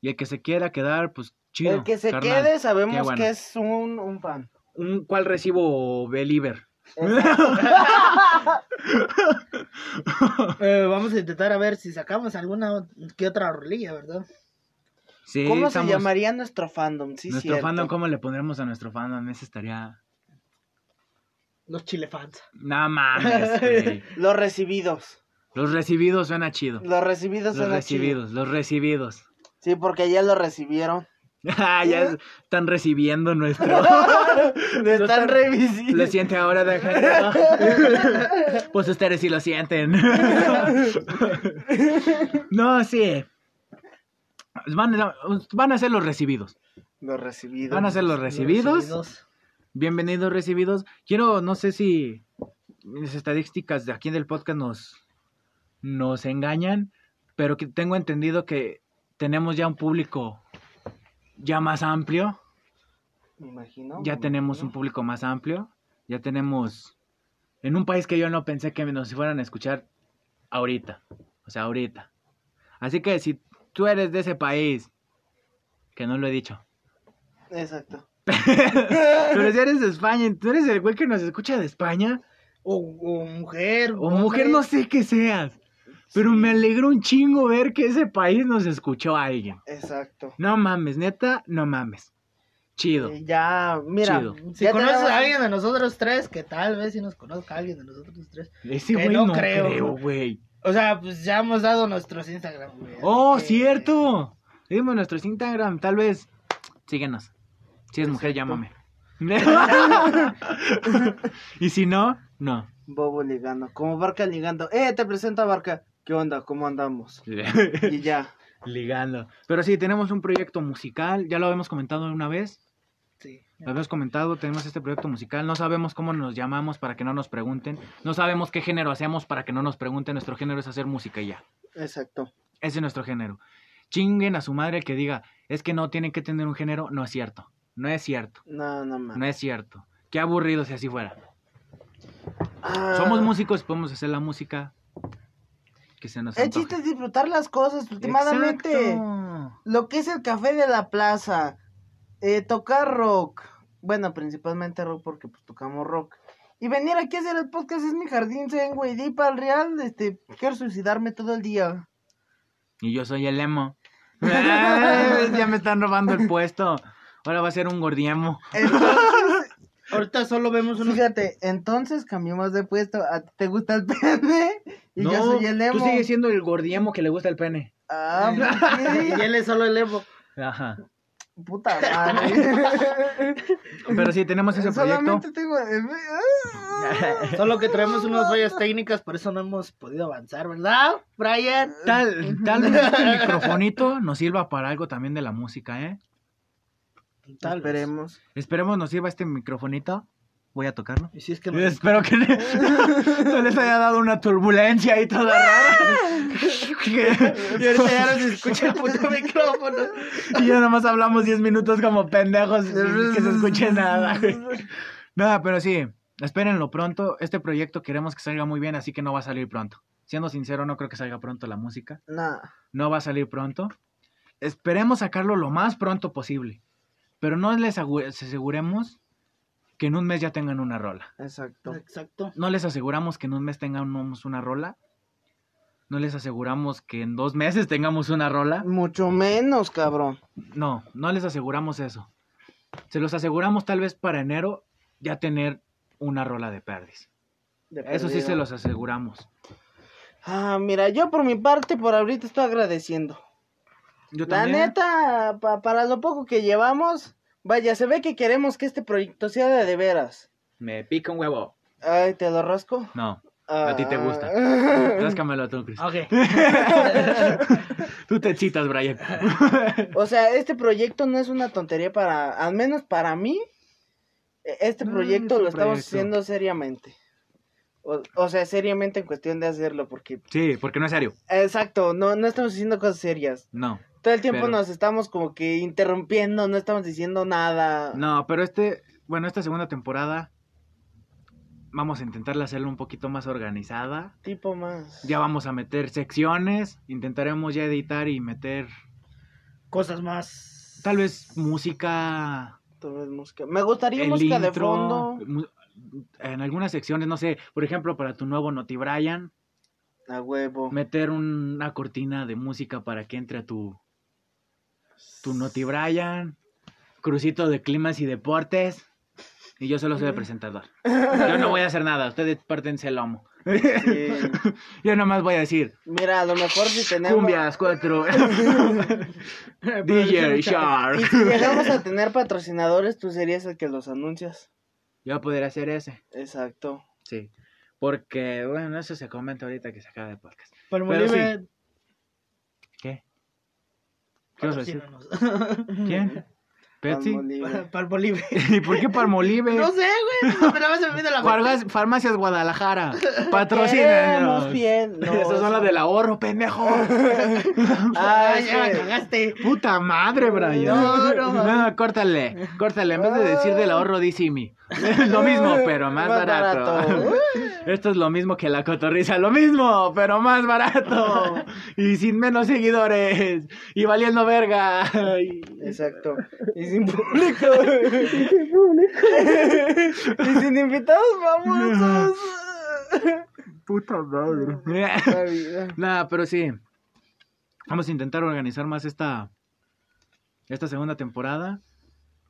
A: Y el que se quiera quedar, pues chido.
B: El que se
A: carnal.
B: quede sabemos
A: Qué bueno.
B: que es un, un
A: [LAUGHS]
B: fan. Este,
A: Un cual recibo believer.
C: Eh, vamos a intentar a ver si sacamos alguna o- que otra rolilla, ¿verdad?
A: Sí,
B: ¿Cómo
A: estamos-
B: se llamaría nuestro fandom? Sí,
A: nuestro
B: cierto.
A: fandom, ¿cómo le pondremos a nuestro fandom? Ese estaría.
C: Los chilefans.
A: No mames,
B: [LAUGHS]
A: güey.
B: Los recibidos.
A: Los recibidos suena chido.
B: Los
A: Los
B: recibidos son los
A: recibidos, los recibidos. [LAUGHS]
B: chidos. Sí, porque ya los recibieron.
A: Ah, ya es- están recibiendo nuestro.
B: Lo están
A: están-
B: revisando.
A: Lo siente ahora, deja- Pues ustedes sí lo sienten. No, sí. Van a, van a ser los recibidos.
B: Los recibidos.
A: Van a ser los recibidos. Bienvenidos recibidos. Quiero, no sé si las estadísticas de aquí del podcast nos, nos engañan, pero que tengo entendido que tenemos ya un público ya más amplio.
B: Me imagino.
A: ya
B: me
A: tenemos un
B: imagino.
A: público más amplio, ya tenemos en un país que yo no pensé que nos fueran a escuchar ahorita, o sea, ahorita. Así que si tú eres de ese país, que no lo he dicho,
B: Exacto.
A: pero si eres de España, tú eres el güey que nos escucha de España,
C: O, o mujer.
A: o mujer no
C: hombre.
A: sé qué seas, pero
B: Sí,
A: me alegró un chingo ver que ese país nos escuchó a alguien.
B: Exacto.
A: No mames, neta, no mames. Chido.
B: Y ya, mira.
A: Chido.
C: Si
B: ya
C: conoces
B: tenemos-
C: a alguien de nosotros tres, que tal vez si nos conozca alguien de nosotros tres.
A: Ese
C: que
A: güey
C: no
A: no
C: creo.
A: creo, güey.
C: O sea, pues ya hemos dado nuestros Instagram, güey.
A: ¡Oh,
C: Así que-
A: cierto! Dimos nuestros Instagram, tal vez. Síguenos. Si es mujer, llámame. [LAUGHS] y si no, no. [LAUGHS]
B: Bobo ligando. Como Barca ligando. Eh, te presento a Barca. ¿Qué onda? ¿Cómo andamos? Y ya. [LAUGHS]
A: Ligando. Pero sí, tenemos un proyecto musical, ya lo habíamos comentado una vez.
C: Sí. [LAUGHS]
A: Lo habíamos comentado, tenemos este proyecto musical, no sabemos cómo nos llamamos para que no nos pregunten, no sabemos qué género hacemos para que no nos pregunten, nuestro género es hacer música y ya.
B: Exacto.
A: Ese es nuestro género. Chinguen a su madre el que diga, es que no tienen que tener un género, no es cierto, no es cierto.
B: No, no más.
A: No es cierto. Qué aburrido si así fuera.
B: Ah,
A: Somos músicos, podemos hacer la música que se nos
B: El chiste
A: antoje.
B: es disfrutar las cosas, últimamente.
A: Exacto.
B: Lo que es el café de la plaza. eh, tocar rock. Bueno, principalmente rock porque pues tocamos rock. Y venir aquí a hacer el podcast es mi jardín, se güey. Di para el real, este, quiero suicidarme todo el día.
A: Y yo soy el
B: [LAUGHS]
A: emo. Ah, ya me están robando el puesto. Ahora va a ser un gordiemo.
B: Entonces,
A: [LAUGHS]
C: Ahorita solo vemos unos.
B: fíjate, entonces cambiamos de puesto. A ti te gusta el pene y yo
A: No,
B: soy el emo.
A: Tú sigues siendo el gordiemo que le gusta el pene.
B: Ah,
C: Y
A: [LAUGHS]
B: ¿por qué?
C: él es solo el Evo.
A: Ajá.
B: Puta
A: [LAUGHS]
B: madre.
A: Pero sí, tenemos ese proyecto.
B: Eh, Solamente tengo. Ah.
A: [LAUGHS]
C: Solo que traemos unas fallas técnicas, por eso no hemos podido avanzar, ¿verdad, Brian?
B: eh,
A: Tal, tal vez
B: [LAUGHS]
A: este microfonito nos sirva para algo también de la música, ¿eh?
C: Tal vez.
B: Esperemos.
A: Esperemos nos sirva este microfonito. Voy a tocarlo.
C: Y si es que no- [LAUGHS]
A: Espero que no
B: [LAUGHS]
A: no [LAUGHS] les haya dado una turbulencia ahí toda rara.
C: Y ahorita ya no
B: [LAUGHS]
C: se escucha el puto micrófono.
A: y ya nomás hablamos 10 minutos como pendejos sin que se escuche nada. güey. Nada, pero sí, espérenlo pronto. Este proyecto queremos que salga muy bien, así que no va a salir pronto. Siendo sincero, no creo que salga pronto la música.
B: Nah.
A: No va a salir pronto. Esperemos sacarlo lo más pronto posible. Pero no les agu- aseguremos que en un mes ya tengan una rola.
B: Exacto.
C: Exacto.
A: no les aseguramos que en un mes tengamos una rola. No les aseguramos que en dos meses tengamos una rola.
B: Mucho menos, cabrón.
A: No, no les aseguramos eso. Se los aseguramos tal vez para enero ya tener una rola de perdiz.
B: De
A: Eso sí
B: perdido.
A: se los aseguramos.
B: Ah, mira, yo por mi parte, por ahorita estoy agradeciendo.
A: Yo
B: La
A: también.
B: neta, pa- para lo poco que llevamos, vaya, se ve que queremos que este proyecto sea de, de veras.
A: Me pica un huevo.
B: Ay, ¿te lo rasco? [LAUGHS]
A: No,
B: Ah.
A: a ti te gusta. Ráscamelo tú, Chris.
C: Ok.
A: [LAUGHS] Tú te excitas, Brian.
B: [LAUGHS] O sea, este proyecto no es una tontería para, al menos para mí, e- este
A: No,
B: proyecto
A: es un
B: lo estamos
A: proyecto.
B: haciendo seriamente. O, o sea, seriamente en cuestión de hacerlo, porque...
A: Sí, porque no es serio.
B: Exacto, no, no estamos haciendo cosas serias.
A: No.
B: Todo el tiempo
A: Pero-
B: nos estamos como que interrumpiendo, no estamos diciendo nada.
A: No, pero este, bueno, esta segunda temporada vamos a intentarla hacerlo un poquito más organizada.
B: Tipo más.
A: Ya vamos a meter secciones, intentaremos ya editar y meter
C: Cosas más.
A: [LAUGHS] tal vez música,
B: Tal vez música. Me gustaría
A: el
B: música de
A: intro,
B: fondo.
A: mu- en algunas secciones, no sé, por ejemplo, para tu nuevo Noti Brian,
B: A huevo.
A: meter una cortina de música para que entre a tu tu Noti Brian, Crucito de Climas y Deportes. Y yo solo soy el presentador. Yo no voy a hacer nada, ustedes pártense el lomo.
B: Sí.
A: Yo nomás voy a decir,
B: Mira, a lo
A: [LAUGHS]
B: mejor si tenemos.
A: cumbias cuatro. [LAUGHS] DJ
C: [LAUGHS] Producción
A: Shark.
B: Y si llegamos a tener patrocinadores, tú serías el que los anuncias.
A: Yo podría hacer ese,
B: Exacto.
A: sí. Porque, bueno, eso se comenta ahorita que se acaba el podcast.
C: Palmolive,
A: ¿Qué? ¿Qué vas a decir?
C: patrocínanos.
A: ¿Quién? ¿Pepsi? [LAUGHS]
B: Palmolive.
C: Palmolive.
A: ¿Y por qué Palmolive?
C: [LAUGHS] No sé, güey. Pero me se me vino la [LAUGHS]
A: Fargas- farmacias Guadalajara,
B: Queremos
A: patrocínanos.
B: bien.
A: [LAUGHS]
B: No,
A: Esas son las del ahorro, pendejo.
B: Ah,
A: [LAUGHS]
C: Ah,
B: es
C: ya me
B: que-
C: cagaste.
A: Puta madre, Brian.
C: No, no,
A: córtale, córtale. En vez de decir del ahorro, di Simi. [LAUGHS] Es lo mismo, pero más,
B: Más
A: barato.
B: barato.
A: [LAUGHS] Esto es lo mismo que la cotorriza. Lo mismo, pero más barato. Y sin menos seguidores. Y valiendo verga. Y-
B: Exacto. Y sin público. y sin público. y sin invitados
A: [LAUGHS]
B: famosos.
A: Puta madre. [LAUGHS]
B: La vida.
A: Nada, pero sí. Vamos a intentar organizar más esta, esta segunda temporada.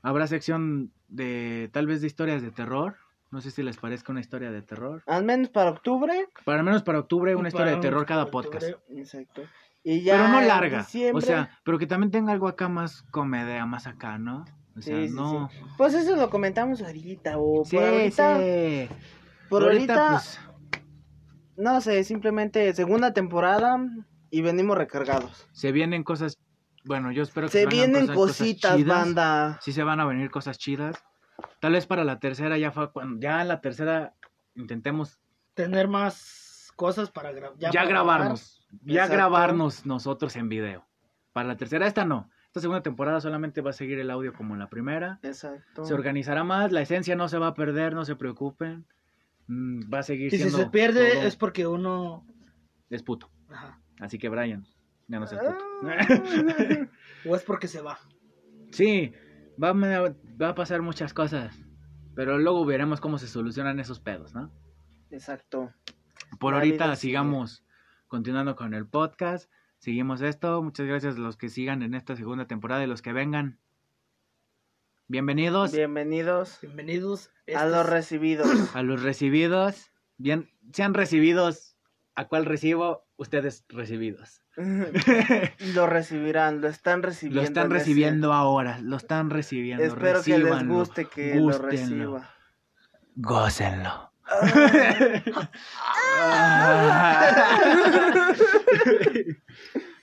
A: Habrá sección de tal vez de historias de terror. No sé si les parezca una historia de terror.
B: Al menos para octubre.
A: Para al menos para octubre, una historia de
C: Para
A: terror cada
C: octubre.
A: podcast.
B: Exacto. Y ya
A: pero no
B: en
A: larga. O
B: diciembre-
A: sea, pero que también tenga algo acá más comedia, más acá, ¿no? O sea,
B: Sí, sí,
A: no.
B: Pues eso lo comentamos ahorita. O
A: Sí,
B: por ahorita.
A: sí.
B: Por ahorita,
A: pues,
B: no sé, simplemente segunda temporada y venimos recargados.
A: se vienen cosas. Bueno, yo espero que
B: Se
A: vengan
B: vienen
A: cosas- cosas
B: cositas,
A: chidas.
B: banda.
A: sí se van a venir cosas chidas. Tal vez para la tercera ya fue cuando ya en la tercera intentemos
C: Tener más cosas para grabar.
A: ya, grabarnos, ya
B: Exacto.
A: grabarnos nosotros en video. Para la tercera esta no. Esta segunda temporada solamente va a seguir el audio como la primera.
B: Exacto.
A: Se organizará más, la esencia no se va a perder, no se preocupen. Mm, Va a seguir
C: Y si
A: siendo
C: se pierde
A: todo-
C: es porque uno.
A: es puto.
C: Ajá.
A: Así que Brian, ya no seas puto.
B: Ah.
C: O es porque se va.
A: [LAUGHS] sí, va a, va a pasar muchas cosas, pero luego veremos cómo se solucionan esos pedos, ¿no?
B: Exacto.
A: Por
B: La
A: ahorita
B: vida sigue.
A: sigamos continuando con el podcast. Seguimos esto. Muchas gracias a los que sigan en esta segunda temporada y los que vengan. Bienvenidos
B: Bienvenidos
C: Bienvenidos.
B: a
C: Este
B: los
C: es-
B: recibidos.
A: [COUGHS] a los recibidos. Bien, sean recibidos. ¿A cuál recibo? Ustedes
B: [LAUGHS]
A: recibidos.
B: lo recibirán, lo están recibiendo.
A: Lo están
B: en ese-
A: recibiendo ahora. Lo están recibiendo.
B: Espero que les
A: Recíbanlo,
B: guste que lo
A: gústenlo,
B: reciba.
A: Gócenlo. [LAUGHS]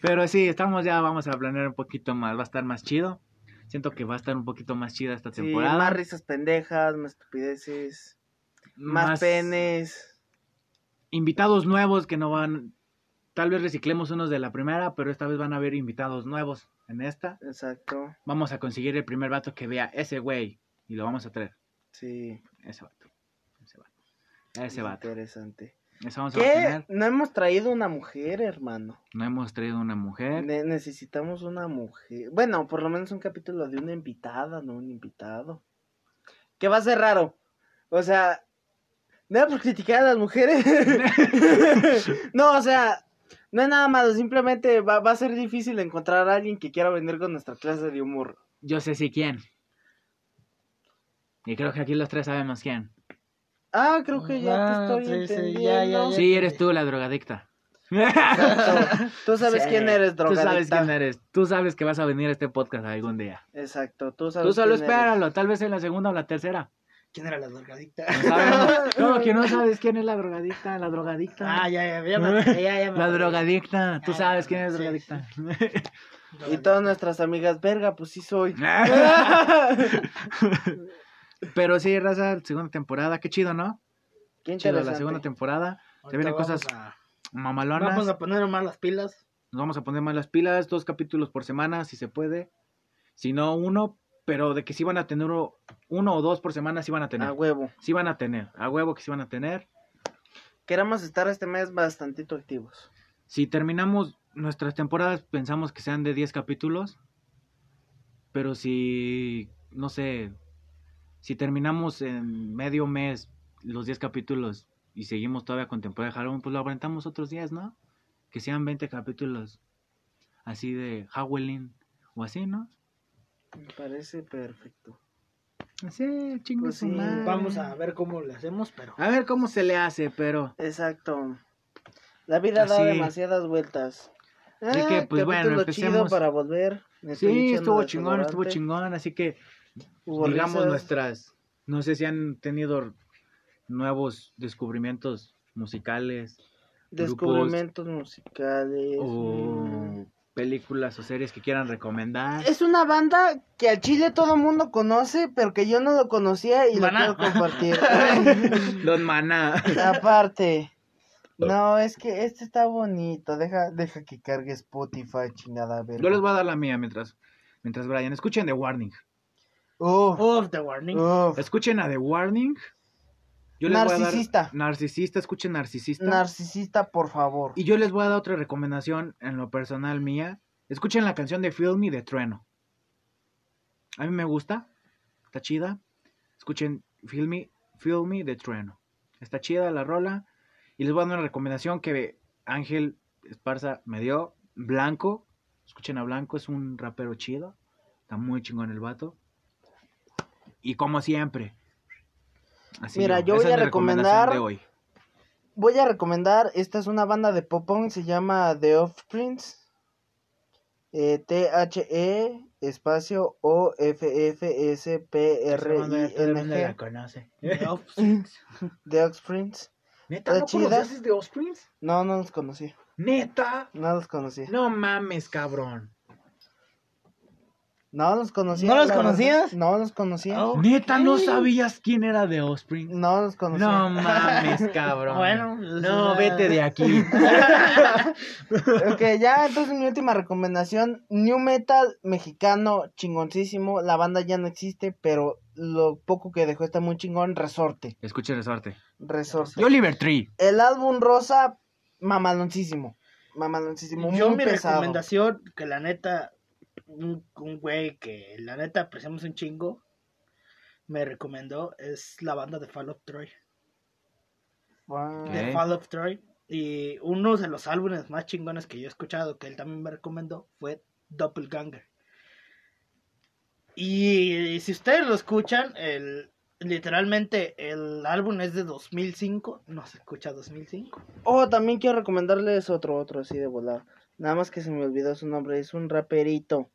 A: Pero sí, estamos ya, vamos a planear un poquito más, va a estar más chido. Siento que va a estar un poquito más chida esta
B: Sí,
A: temporada.
B: más risas pendejas, más estupideces, más, penes.
A: Invitados nuevos que no van. Tal vez reciclemos unos de la primera, pero esta vez van a haber invitados nuevos en esta.
B: Exacto.
A: Vamos a conseguir el primer vato que vea ese güey y lo vamos a traer.
B: Sí.
A: Ese vato. Ese vato. Ese
B: es
A: vato.
B: Interesante.
A: Eso vamos a
B: ¿Qué?
A: tener.
B: No hemos traído una mujer, hermano.
A: No hemos traído una mujer.
B: Ne- necesitamos una mujer. Bueno, por lo menos un capítulo de una invitada, no un invitado. Que va a ser raro. O sea, nada por criticar a las mujeres. [LAUGHS] no, o sea, no es nada malo. Simplemente va, va a ser difícil encontrar a alguien que quiera venir con nuestra clase de humor.
A: Yo sé si quién. Y creo que aquí los tres sabemos quién.
B: Ah, creo que ya
C: Ah,
B: te estoy
C: sí, sí,
B: entendiendo.
C: ya, ya, ya.
A: Sí, eres tú la
B: [LAUGHS]
A: drogadicta.
B: Exacto. [LAUGHS] Tú sabes
A: Sí.
B: quién eres,
A: Tú
B: drogadicta.
A: sabes quién eres. Tú sabes que vas a venir a este podcast algún día.
B: Exacto, tú sabes
A: Tú solo
B: quién eres.
A: espéralo, tal vez en la segunda o la tercera.
C: ¿Quién era
A: [LAUGHS]
C: la drogadicta?
A: No
B: [LAUGHS]
A: sabemos. No, que no sabes quién es la drogadicta, la drogadicta.
C: Ah, ya, ya, ya, me- ya, ya, ya
A: [LAUGHS]
C: me-
A: La drogadicta, tú
C: Ah,
A: sabes quién es
C: sí,
A: drogadicta.
B: Y todas nuestras amigas, verga, pues
A: [LAUGHS]
B: sí soy. [LAUGHS]
A: Pero sí, raza, segunda temporada, qué chido, ¿no?
B: Qué
A: Chido, la
B: interesante.
A: segunda temporada.
C: Ahorita
A: vienen
C: vamos
A: cosas
C: a-
A: Mamalonas.
C: Vamos a poner más las pilas.
A: Nos vamos a poner más las pilas, dos capítulos por semana, si se puede. Si no, uno, pero de que sí van a tener o- uno o dos por semana, sí van a tener.
B: A huevo.
A: Sí van a tener, a huevo que sí van a tener.
B: Queremos estar este mes bastantito activos.
A: Si terminamos nuestras temporadas, pensamos que sean de 10 capítulos. Pero si, no sé, si terminamos en medio mes los 10 capítulos y seguimos todavía con temporada de Halloween, pues lo aventamos otros 10, ¿no? Que sean 20 capítulos así de Halloween O así, ¿no?
B: Me parece perfecto.
A: Así, chingo
B: Pues
A: su
B: sí,
A: madre.
C: Vamos a ver cómo le hacemos, pero.
A: A ver cómo se le hace, pero.
B: Exacto. La vida da
A: Así.
B: demasiadas vueltas. Ah,
A: Así que, pues, bueno,
B: capítulo chido
A: empecemos.
B: para volver. Me estoy
A: Sí,
B: echando
A: estuvo chingón,
B: desodorante.
A: estuvo chingón. Así que,
B: Hubo
A: digamos,
B: risas.
A: nuestras. No sé si han tenido nuevos descubrimientos musicales,
B: descubrimientos musicales.
A: O-
B: mm.
A: películas o series que quieran
B: [LAUGHS]
A: recomendar.
B: Es una banda que a Chile todo mundo conoce, pero que yo no lo conocía y lo
C: Maná.
B: quiero compartir.
A: [LAUGHS] Don Maná.
B: Aparte. No, es que este está bonito. Deja, deja que cargue Spotify, chingada. verga.
A: Yo les voy a dar la mía mientras, mientras Brian. Escuchen The Warning.
B: Uf,
C: Of the warning.
A: Oh,
B: uf.
A: Escuchen a The Warning.
B: Narcisista.
A: narcisista, escuchen Narcisista.
B: Narcisista, por favor.
A: y yo les voy a dar otra recomendación en lo personal mía. Escuchen la canción de Feel Me de Trueno. A mí me gusta. Está chida. Escuchen Feel Me, Feel Me de Trueno. Está chida la rola. Y les voy a dar una recomendación que Ángel Esparza me dio. Blanco. Escuchen a Blanco. Es un rapero chido. Está muy chingón el vato. Y como siempre. Así
B: Mira, yo
A: esa
B: voy
A: es
B: a
A: mi recomendación
B: recomendar-
A: de hoy.
B: Voy a recomendar, esta es una banda de pop punk, se llama The Offsprints. Eh, T-H-E espacio
A: Todo el mundo la
B: O-F-F-S-P-R-I-N-G.
A: conoce.
C: The of-
B: The Offsprints.
A: ¿Neta no
B: ¿Está chida?
A: conocías de Ospreys?
B: No, no los conocía.
A: ¿Neta?
B: No los conocía.
A: No mames, cabrón.
B: No los conocía.
C: ¿No los
B: la verdad.
C: conocías?
B: No los conocía.
C: Oh,
A: ¿Neta no
C: ok.
A: sabías quién era de Ospreys?
B: No los conocía.
A: No mames, cabrón.
C: Bueno, pues,
A: No, vete de aquí.
B: [LAUGHS] Ok, ya, entonces mi última recomendación, New Metal mexicano, chingoncísimo, la banda ya no existe, pero lo poco que dejó está muy chingón, Resorte,
A: Escuchen resorte.
B: Resorte.
A: Yo Oliver Tree.
B: El álbum Rosa, mamaloncísimo, mamaloncísimo,
C: Yo
B: muy
C: mi
B: pesado.
C: recomendación, que la neta, un, un güey que la neta apreciamos un chingo, me recomendó, es la banda de Fall of Troy.
B: Ah,
A: Ok.
C: De Fall of Troy. Y uno de los álbumes más chingones que yo he escuchado, que él también me recomendó, fue Doppelganger. Y, si ustedes lo escuchan, el, literalmente el álbum es de 2005, no se escucha 2005.
B: Oh, también quiero recomendarles otro, otro así de volar, nada más que se me olvidó su nombre, es un raperito.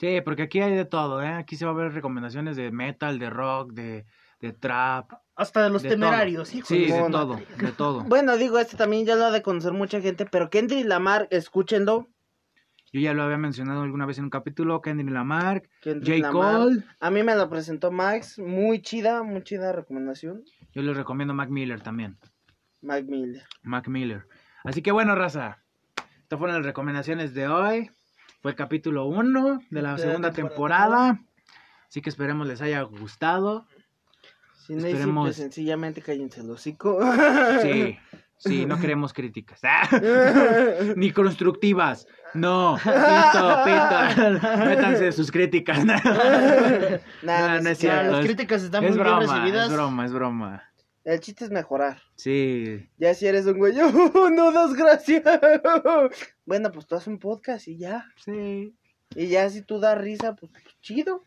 A: Sí, porque aquí hay de todo, ¿eh? Aquí se va a ver recomendaciones de metal, de rock, de, de trap.
C: Hasta de los
A: De
C: temerarios, hijo
A: Sí,
B: de
A: de
B: mono.
A: todo, de
B: [LAUGHS]
A: todo.
B: Bueno, digo, este también ya lo ha de conocer mucha gente, pero Kendrick Lamar, escúchenlo.
A: Yo ya lo había mencionado alguna vez en un capítulo. Kendrick Lamarck,
B: Kendrick
A: J.
B: Lamar.
A: Cole.
B: A mí me la presentó Max, muy chida, muy chida recomendación.
A: Yo les recomiendo Mac Miller también.
B: Mac Miller.
A: Mac Miller. Así que bueno, raza. Estas fueron las recomendaciones de hoy. Fue el capítulo 1 de la
C: De la
A: segunda
C: temporada.
A: temporada. Así que esperemos les haya gustado.
B: Si no es
A: Esperemos.
B: simple, sencillamente cállense el hocico.
A: Sí, sí, no queremos críticas. [LAUGHS] Ni constructivas. No, pito, pito. [LAUGHS] Métanse sus críticas. [LAUGHS]
B: [LAUGHS] Nada,
A: No, no es
B: siquiera.
A: cierto.
C: Las
A: es-
C: críticas están
A: es
C: muy bien
A: broma,
C: recibidas.
A: es broma, es broma.
B: El chiste es mejorar.
A: Sí,
B: Ya si eres un güey, [LAUGHS] "Oh, no das gracia. bueno, pues tú haces un podcast y ya.
A: sí.
B: Y ya si tú das risa, pues chido.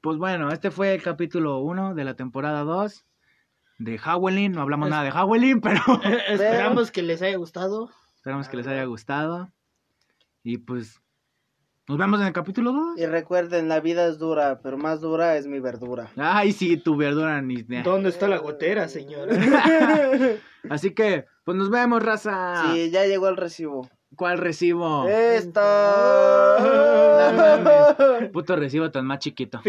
A: Pues bueno, este fue el capítulo 1 de la temporada 2 de Howling. No hablamos nada de Howling, pero...
C: Eh, [LAUGHS] Esperamos que les haya gustado.
A: Esperamos que les haya gustado. Y pues, nos vemos en el capítulo 2.
B: Y recuerden, la vida es dura, pero más dura es mi verdura.
A: Ay, sí, tu verdura ni.
C: ¿Dónde está la gotera, [LAUGHS] señora?
A: Así que, pues nos vemos, raza.
B: Sí, Eh. ya llegó el recibo.
A: ¿Cuál recibo?
B: Esto.
A: No mames. Puto recibo tan más chiquito.